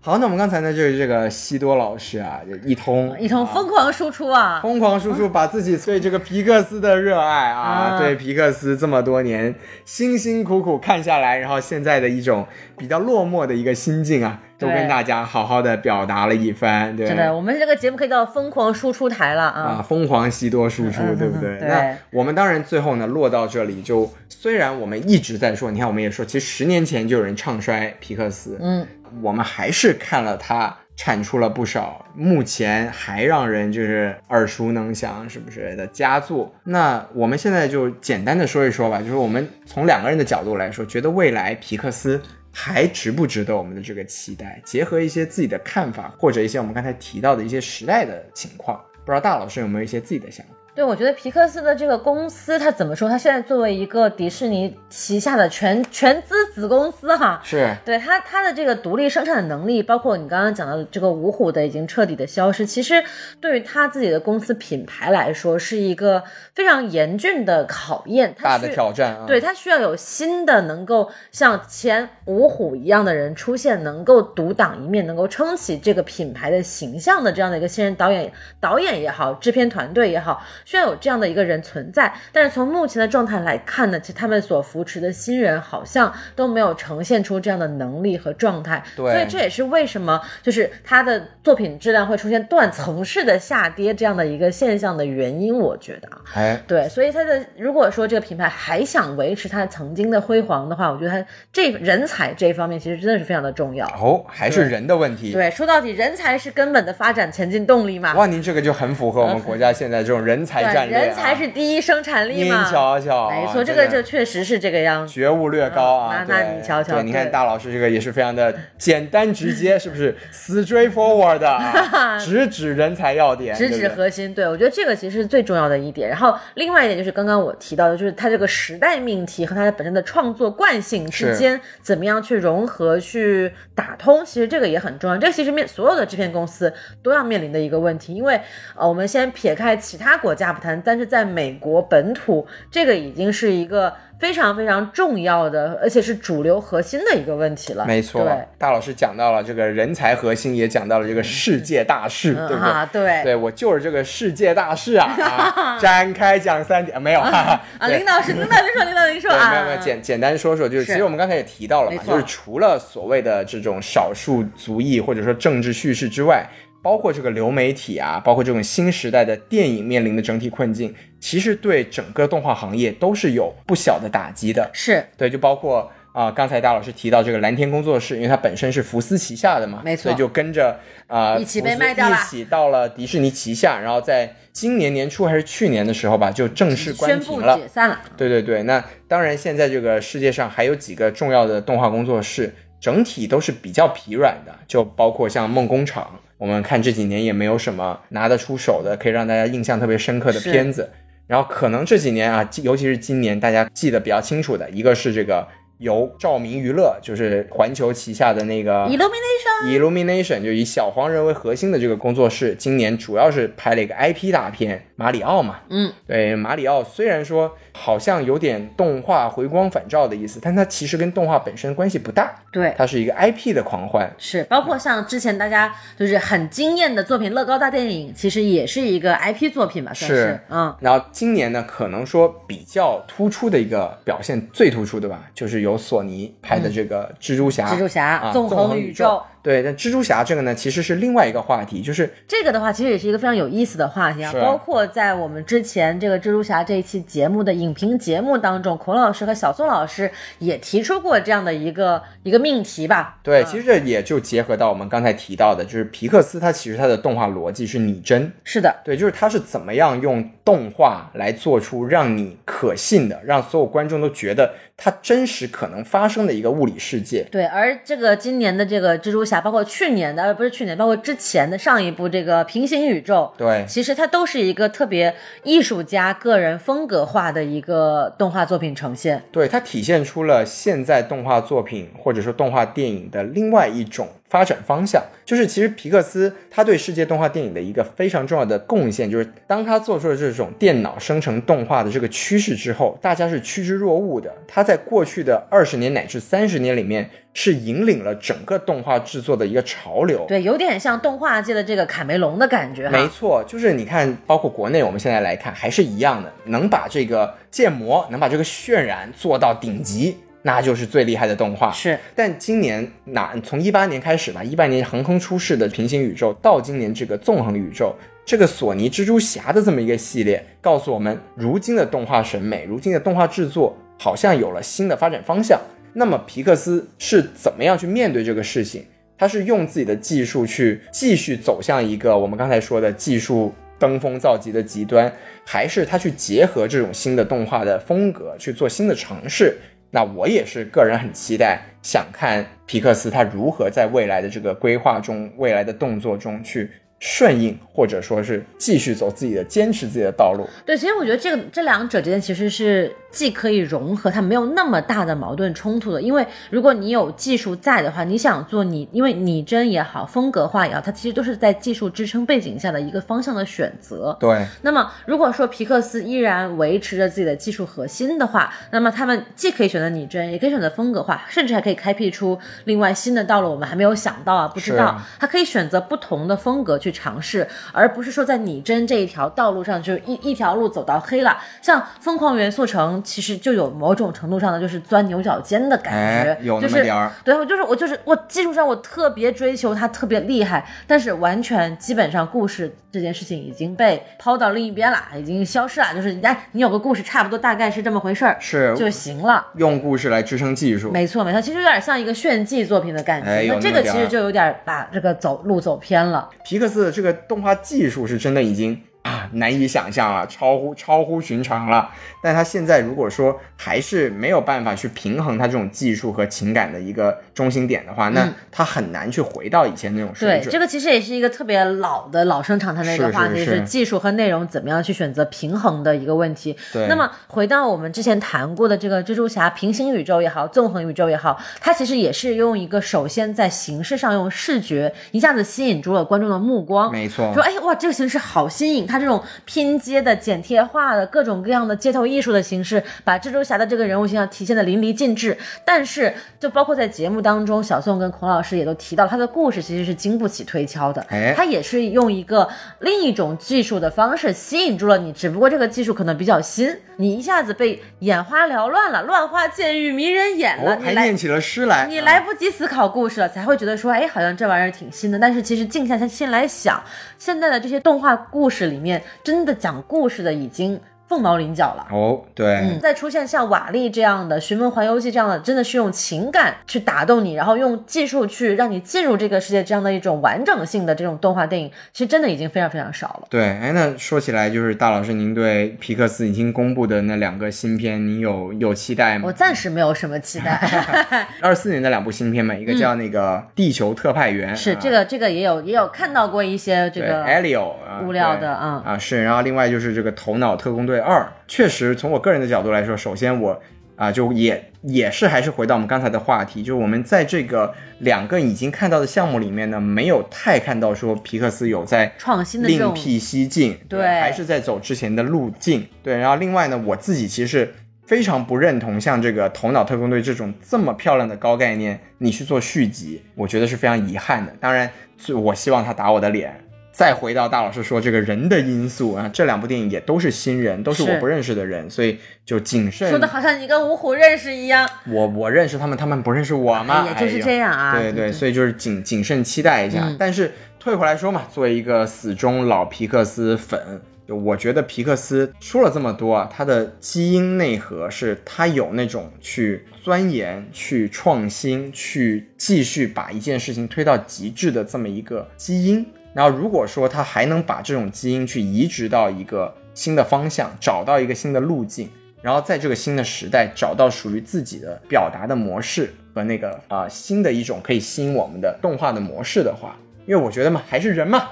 Speaker 1: 好，那我们刚才呢，就是这个西多老师啊，就一通
Speaker 2: 一通
Speaker 1: 啊
Speaker 2: 疯狂输出啊，
Speaker 1: 疯狂叔叔把自己对这个皮克斯的热爱啊，
Speaker 2: 啊
Speaker 1: 对皮克斯这么多年辛辛苦苦看下来，然后现在的一种比较落寞的一个心境啊，都
Speaker 2: 对
Speaker 1: 跟大家好好的表达了一番，对。
Speaker 2: 真的，我们这个节目可以叫疯狂输出台了
Speaker 1: 啊，
Speaker 2: 啊，
Speaker 1: 疯狂西多输出，
Speaker 2: 嗯嗯嗯
Speaker 1: 对不对？
Speaker 2: 对
Speaker 1: 那我们当然最后呢落到这里就，虽然我们一直在说，你看我们也说，其实十年前就有人唱衰皮克斯，
Speaker 2: 嗯，
Speaker 1: 我们还是看了它产出了不少，目前还让人就是耳熟能详，是不是的佳作？那我们现在就简单的说一说吧，就是我们从两个人的角度来说，觉得未来皮克斯。还值不值得我们的这个期待？结合一些自己的看法，或者一些我们刚才提到的一些时代的情况，不知道大老师有没有一些自己的想法？
Speaker 2: 对，我觉得皮克斯的这个公司，它怎么说？它现在作为一个迪士尼旗下的全全资子公司哈，
Speaker 1: 是
Speaker 2: 对它它的这个独立生产的能力，包括你刚刚讲的这个五虎的已经彻底的消失，其实对于它自己的公司品牌来说，是一个非常严峻的考验。它
Speaker 1: 大的
Speaker 2: 需
Speaker 1: 挑战啊！
Speaker 2: 对，它需要有新的能够像前五虎一样的人出现，能够独当一面，能够撑起这个品牌的形象的这样的一个新人导演，导演也好，制片团队也好，需要有这样的一个人存在。但是从目前的状态来看呢，其实他们所扶持的新人好像都没有呈现出这样的能力和状态，
Speaker 1: 对
Speaker 2: 所以这也是为什么就是他的作品质量会出现断层式的下跌这样的一个现象的原因，我觉得啊。
Speaker 1: 哎，
Speaker 2: 对，所以它的如果说这个品牌还想维持它曾经的辉煌的话，我觉得它这人才这一方面其实真的是非常的重要。
Speaker 1: 哦，还是人的问题。
Speaker 2: 对，说到底，人才是根本的发展前进动力嘛。
Speaker 1: 哇，您这个就很符合我们国家现在这种嗯人才
Speaker 2: 对，
Speaker 1: 战略、啊，
Speaker 2: 人才是第一生产力
Speaker 1: 您
Speaker 2: 嘛。
Speaker 1: 瞧瞧啊，
Speaker 2: 没错，哎这
Speaker 1: 真
Speaker 2: 个
Speaker 1: 的
Speaker 2: 就确实是这个样子。
Speaker 1: 觉悟略高啊
Speaker 2: 啊。那
Speaker 1: 对
Speaker 2: 那你瞧瞧
Speaker 1: 对你看
Speaker 2: 对
Speaker 1: 大老师这个也是非常 的简单直接，是不是 straightforward 的 啊？直指人才要点，
Speaker 2: 直指
Speaker 1: 对不对
Speaker 2: 核心，对我觉得这个其实是最重要的一点。然后另外一点就是刚刚我提到的，就是它这个时代命题和它的本身的创作惯性之
Speaker 1: 是
Speaker 2: 间怎么样去融合、去打通，其实这个也很重要。这个其实面所有的制片公司都要面临的一个问题，因为呃，我们先撇开其他国家不谈，但是在美国本土，这个已经是一个非常非常重要的，而且是主流核心的一个问题了。
Speaker 1: 没错
Speaker 2: 对，，
Speaker 1: 大老师讲到了这个人才核心，也讲到了这个世界大事，对不
Speaker 2: 嗯
Speaker 1: 对？
Speaker 2: 啊，对。
Speaker 1: 对我就是这个世界大事啊！ 啊展开讲三点，没有哈哈
Speaker 2: 啊，
Speaker 1: 对
Speaker 2: 领导是领 导，您说，领导您说
Speaker 1: 对，
Speaker 2: 啊，
Speaker 1: 没有没有，简简单说说，就是其实我们刚才也提到了嘛
Speaker 2: 没，错
Speaker 1: 就是除了所谓的这种少数族裔或者说政治叙事之外，包括这个流媒体啊，包括这种新时代的电影面临的整体困境，其实对整个动画行业都是有不小的打击的。
Speaker 2: 是
Speaker 1: 对，就包括啊、刚才大老师提到这个蓝天工作室，因为它本身是福斯旗下的嘛，
Speaker 2: 没错
Speaker 1: 所以就跟着啊、呃、
Speaker 2: 一起
Speaker 1: 福
Speaker 2: 被
Speaker 1: 斯
Speaker 2: 卖掉了
Speaker 1: 一起到了迪士尼旗下，然后在今年年初还是去年的时候吧，就正式关
Speaker 2: 宣
Speaker 1: 停
Speaker 2: 布
Speaker 1: 了。
Speaker 2: 解散了。
Speaker 1: 对对对，那当然，现在这个世界上还有几个重要的动画工作室，整体都是比较疲软的，就包括像梦工厂，我们看这几年也没有什么拿得出手的，可以让大家印象特别深刻的
Speaker 2: 是
Speaker 1: 片子。然后可能这几年啊，尤其是今年，大家记得比较清楚的，一个是这个由照明娱乐，就是环球旗下的那个
Speaker 2: Illumination
Speaker 1: Illumination，就以小黄人为核心的这个工作室，今年主要是拍了一个 IP 大片《马里奥》嘛。
Speaker 2: 嗯，
Speaker 1: 对，《马里奥》虽然说好像有点动画回光返照的意思，但它其实跟动画本身关系不大，
Speaker 2: 对，
Speaker 1: 它是一个 IP 的狂欢。
Speaker 2: 是，包括像之前大家就是很惊艳的作品《乐高大电影》，其实也是一个 IP 作品吧，算
Speaker 1: 是
Speaker 2: 嗯，
Speaker 1: 然后今年呢，可能说比较突出的一个表现，最突出的吧，就是由索尼拍的这个《蜘蛛侠》
Speaker 2: 嗯蜘蛛侠、
Speaker 1: 啊
Speaker 2: 纵
Speaker 1: 纵
Speaker 2: 横
Speaker 1: 宇
Speaker 2: 宇宙。
Speaker 1: 对，但蜘蛛侠这个呢，其实是另外一个话题，就是
Speaker 2: 这个的话，其实也是一个非常有意思的话题啊，
Speaker 1: 是
Speaker 2: 包括在我们之前这个蜘蛛侠这一期节目的影评节目当中，孔老师和小宋老师也提出过这样的一个一个命题吧。
Speaker 1: 对，
Speaker 2: 嗯
Speaker 1: 其实这也就结合到我们刚才提到的，就是皮克斯它其实它的动画逻辑是拟真，
Speaker 2: 是的，
Speaker 1: 对，就是它是怎么样用动画来做出让你可信的，让所有观众都觉得它真实可能发生的一个物理世界。
Speaker 2: 对，而这个今年的这个蜘蛛侠，包括去年的，呃，不是去年，包括之前的上一部这个平行宇宙，
Speaker 1: 对，
Speaker 2: 其实它都是一个特别艺术家个人风格化的一个动画作品呈现。
Speaker 1: 对，它体现出了现在动画作品或者说动画电影的另外一种发展方向，就是其实皮克斯他对世界动画电影的一个非常重要的贡献，就是当他做出了这种电脑生成动画的这个趋势之后，大家是趋之若鹜的。他在过去的二十年乃至三十年里面，是引领了整个动画制作的一个潮流。
Speaker 2: 对，有点像动画界的这个卡梅隆的感觉
Speaker 1: 没
Speaker 2: 哈。
Speaker 1: 错，就是你看，包括国内我们现在来看，还是一样的，能把这个建模，能把这个渲染做到顶级，那就是最厉害的动画。
Speaker 2: 是，
Speaker 1: 但今年哪从一八年开始吧，一八年横空出世的平行宇宙，到今年这个纵横宇宙，这个索尼蜘蛛侠的这么一个系列，告诉我们如今的动画审美，如今的动画制作好像有了新的发展方向。那么皮克斯是怎么样去面对这个事情？他是用自己的技术去继续走向一个我们刚才说的技术登峰造极的极端，还是他去结合这种新的动画的风格去做新的尝试？那我也是个人很期待，想看皮克斯他如何在未来的这个规划中、未来的动作中去顺应，或者说是继续走自己的、坚持自己的道路。
Speaker 2: 对，其实我觉得这个这两者之间其实是既可以融合，它没有那么大的矛盾冲突的。因为如果你有技术在的话，你想做你，因为拟真也好，风格化也好，它其实都是在技术支撑背景下的一个方向的选择。
Speaker 1: 对，
Speaker 2: 那么，如果说皮克斯依然维持着自己的技术核心的话，那么他们既可以选择拟真，也可以选择风格化，甚至还可以开辟出另外新的道路，我们还没有想到啊，不知道
Speaker 1: 是。
Speaker 2: 他可以选择不同的风格去尝试，而不是说在拟真这一条道路上就一一条路走到黑了。像《疯狂元素城》其实就有某种程度上的就是钻牛角尖的感觉，
Speaker 1: 哎有那么
Speaker 2: 就是
Speaker 1: 点儿
Speaker 2: 对，我就是我就是我技术上我特别追求它特别厉害，但是完全基本上故事这件事情已经被抛到另一边了，已经消失了。就是哎，你有个故事，差不多大概是这么回事儿
Speaker 1: 是
Speaker 2: 就行了。
Speaker 1: 用故事来支撑技术。
Speaker 2: 没错，没错，其实有点像一个炫技作品的感觉。
Speaker 1: 哎有
Speaker 2: 那这
Speaker 1: 那么
Speaker 2: 个
Speaker 1: 点
Speaker 2: 其
Speaker 1: 儿
Speaker 2: 实就有点把这个走路走偏了。
Speaker 1: 皮克斯的这个动画技术是真的已经啊难以想象了，超乎超乎寻常了。但他现在如果说还是没有办法去平衡他这种技术和情感的一个中心点的话，那他很难去回到以前那种水
Speaker 2: 对，
Speaker 1: 准。
Speaker 2: 这个其实也是一个特别老的老生常谈的一个
Speaker 1: 是
Speaker 2: 话题，
Speaker 1: 是是
Speaker 2: 是技术和内容怎么样去选择平衡的一个问题。
Speaker 1: 对
Speaker 2: 那么回到我们之前谈过的这个蜘蛛侠平行宇宙也好，纵横宇宙也好，它其实也是用一个首先在形式上用视觉一下子吸引住了观众的目光，
Speaker 1: 没错
Speaker 2: 说，哎哇，这个形式好新颖！它这种拼接的、剪贴画的各种各样的街头艺术的形式，把蜘蛛侠的这个人物形象体现的淋漓尽致。但是，就包括在节目当中，小宋跟孔老师也都提到，他的故事其实是经不起推敲的。
Speaker 1: 哎
Speaker 2: 他也是用一个另一种技术的方式吸引住了你，只不过这个技术可能比较新，你一下子被眼花缭乱了，乱花渐欲迷人眼了，
Speaker 1: 哦，
Speaker 2: 哎你
Speaker 1: 还
Speaker 2: 来
Speaker 1: 念起了诗来。啊
Speaker 2: 你来不及思考故事了，才会觉得说，哎，好像这玩意儿挺新的。但是其实静下心来想，现在的这些动画故事里面，真的讲故事的已经凤毛麟角了。
Speaker 1: 哦，对，
Speaker 2: 嗯，再出现像瓦力这样的《寻梦环游记》这样的，真的是用情感去打动你，然后用技术去让你进入这个世界这样的一种完整性的这种动画电影，其实真的已经非常非常少了。
Speaker 1: 对，哎，那说起来就是大老师，您对皮克斯已经公布的那两个新片，您有有期待吗
Speaker 2: 我？暂时没有什么 期待，
Speaker 1: 二四年的两部新片嘛，一个叫那个《地球特派员》，
Speaker 2: 嗯是
Speaker 1: 啊
Speaker 2: 这个这个也有也有看到过一些这
Speaker 1: 对
Speaker 2: 个
Speaker 1: e l i o 啊，
Speaker 2: 无聊
Speaker 1: 对
Speaker 2: 的啊
Speaker 1: 啊是，然后另外就是这个《头脑特工队二》，确实从我个人的角度来说，首先我啊，就也也是还是回到我们刚才的话题，就是我们在这个两个已经看到的项目里面呢，没有太看到说皮克斯有在
Speaker 2: 创新的这
Speaker 1: 另
Speaker 2: 种
Speaker 1: 辟蹊径，
Speaker 2: 对
Speaker 1: 还是在走之前的路径，对。然后另外呢，我自己其实是非常不认同像这个《头脑特工队》这种这么漂亮的高概念，你去做续集，我觉得是非常遗憾的。当然，最我希望他打我的脸。再回到大老师说这个人的因素啊，这两部电影也都是新人，都是
Speaker 2: 是
Speaker 1: 我不认识的人，所以就谨慎。
Speaker 2: 说的好像你跟五虎认识一样，
Speaker 1: 我我认识他们，他们不认识我嘛，
Speaker 2: 也就是
Speaker 1: 哎呦
Speaker 2: 这样啊。
Speaker 1: 对对，所以就是谨谨慎期待一下。
Speaker 2: 嗯
Speaker 1: 但是退回来说嘛，作为一个死忠老皮克斯粉，就我觉得皮克斯说了这么多啊，他的基因内核是他有那种去钻研、去创新、去继续把一件事情推到极致的这么一个基因。然后如果说他还能把这种基因去移植到一个新的方向，找到一个新的路径。然后在这个新的时代找到属于自己的表达的模式和那个啊、呃新的一种可以吸引我们的动画的模式的话，因为我觉得嘛，还是人嘛，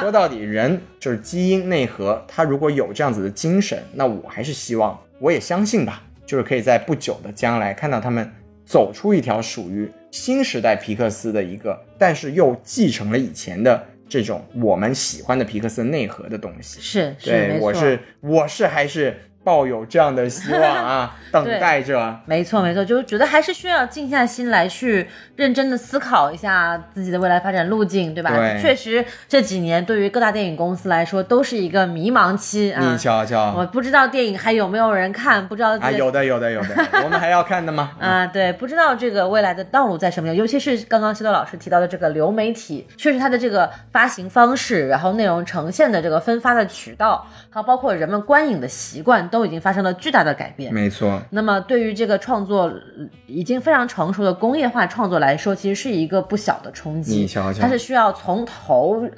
Speaker 1: 说到底人就是基因内核，他如果有这样子的精神，那我还是希望，我也相信吧，就是可以在不久的将来看到他们走出一条属于新时代皮克斯的一个，但是又继承了以前的这种我们喜欢的皮克斯内核的东西。
Speaker 2: 是是，
Speaker 1: 对
Speaker 2: 没，错，
Speaker 1: 我是我是还是抱有这样的希望 啊，等待着。
Speaker 2: 没错没错，就是觉得还是需要静下心来去认真的思考一下自己的未来发展路径，对吧？
Speaker 1: 对
Speaker 2: 确实这几年对于各大电影公司来说都是一个迷茫期啊
Speaker 1: 你。瞧
Speaker 2: 我
Speaker 1: 瞧
Speaker 2: 不知道电影还有没有人看，不知道自
Speaker 1: 啊，
Speaker 2: 己的
Speaker 1: 有的有的有的，我们还要看的吗？
Speaker 2: 啊，对，不知道这个未来的道路在什么样，尤其是刚刚西多老师提到的这个流媒体，确实它的这个发行方式，然后内容呈现的这个分发的渠道，还有包括人们观影的习惯，都已经发生了巨大的改变。
Speaker 1: 没错，
Speaker 2: 那么，对于这个创作呃已经非常成熟的工业化创作来说，其实是一个不小的冲
Speaker 1: 你
Speaker 2: 击，
Speaker 1: 瞧瞧
Speaker 2: 它，是需要从头、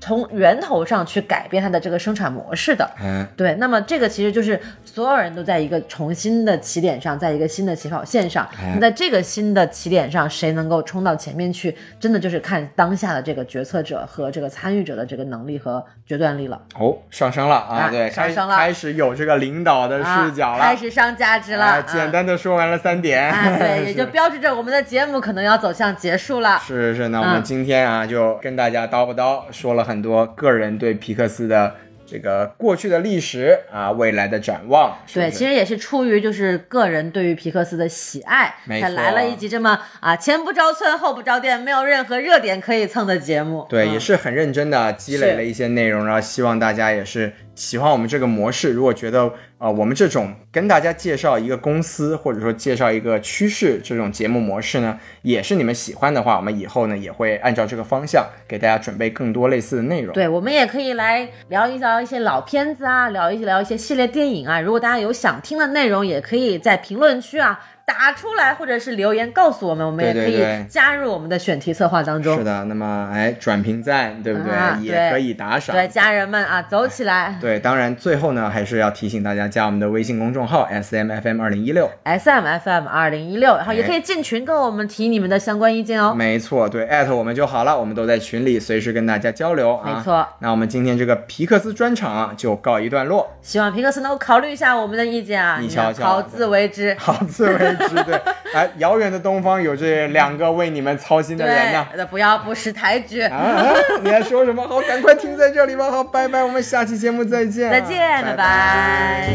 Speaker 2: 从源头上去改变它的这个生产模式的。
Speaker 1: 哎，
Speaker 2: 对，那么这个其实就是所有人都在一个重新的起点上，在一个新的起跑线上。
Speaker 1: 哎
Speaker 2: 那在这个新的起点上，谁能够冲到前面去，真的就是看当下的这个决策者和这个参与者的这个能力和决断力了。
Speaker 1: 哦，上升了啊，
Speaker 2: 啊
Speaker 1: 对，
Speaker 2: 上
Speaker 1: 开
Speaker 2: 升了
Speaker 1: 开始有这个领导的视角
Speaker 2: 啊、
Speaker 1: 了，
Speaker 2: 开始上价值了，
Speaker 1: 哎
Speaker 2: 啊
Speaker 1: 简。单的说完了三点，
Speaker 2: 啊，对，也
Speaker 1: 是
Speaker 2: 就标志着我们的节目可能要走向结束了。
Speaker 1: 是是，那我们
Speaker 2: 嗯
Speaker 1: 今天啊，就跟大家叨不叨说了很多个人对皮克斯的这个过去的历史啊，未来的展望，是不
Speaker 2: 对，
Speaker 1: 是
Speaker 2: 其实也是出于就是个人对于皮克斯的喜爱，
Speaker 1: 没
Speaker 2: 才
Speaker 1: 错
Speaker 2: 来了一集这么啊前不着村后不着店，没有任何热点可以蹭的节目。
Speaker 1: 对，
Speaker 2: 嗯
Speaker 1: 也是很认真的积累了一些内容，然后希望大家也是喜欢我们这个模式。如果觉得呃我们这种跟大家介绍一个公司或者说介绍一个趋势这种节目模式呢，也是你们喜欢的话，我们以后呢也会按照这个方向给大家准备更多类似的内容。
Speaker 2: 对，我们也可以来聊一聊一些老片子啊，聊一聊一些系列电影啊。如果大家有想听的内容，也可以在评论区啊打出来，或者是留言告诉我们，我们
Speaker 1: 对
Speaker 2: 也
Speaker 1: 对
Speaker 2: 可以
Speaker 1: 对
Speaker 2: 加入我们的选题策划当中。
Speaker 1: 是的，那么哎，转评赞对不对？
Speaker 2: 啊
Speaker 1: 也
Speaker 2: 对
Speaker 1: 可以打赏。
Speaker 2: 对，家人们啊，走起来
Speaker 1: 对当然最后呢，还是要提醒大家加我们的微信公众号 S M F M 二零一六。
Speaker 2: ！S M F M 二零一六，然后也可以进群跟我们提你们的相关意见哦。
Speaker 1: 没错，对，艾特我们就好了，我们都在群里随时跟大家交流啊。
Speaker 2: 没错
Speaker 1: 那我们今天这个皮克斯专场啊，就告一段落，
Speaker 2: 希望皮克斯能够考虑一下我们的意见啊，
Speaker 1: 你
Speaker 2: 你
Speaker 1: 瞧
Speaker 2: 要
Speaker 1: 瞧
Speaker 2: 好自为之。
Speaker 1: 好自为之。 对，哎，遥远的东方有这两个为你们操心的人呢、
Speaker 2: 对，不要不识抬举。
Speaker 1: 啊。你还说什么？好，赶快停在这里吧。好，拜拜，我们下期节目再见啊。
Speaker 2: 再见，拜拜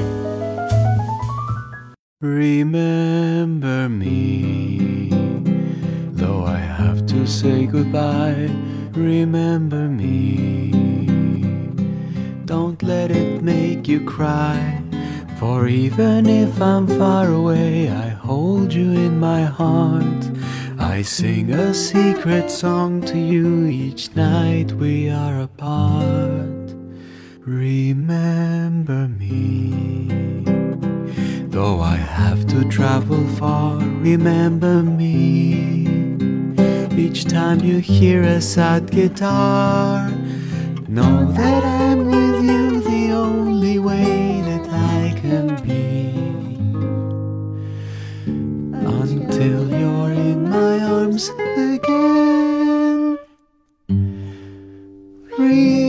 Speaker 3: Remember me, though I have to say goodbye. Remember me, don't let it make you cry. For even if I'm far away, I hold you in my heart. I sing a secret song to you each night we are apart. Remember me. Though I have to travel far, remember me. Each time you hear a sad guitar, know that I'm with you the only way that I can be. Until you're in my arms again. Remember.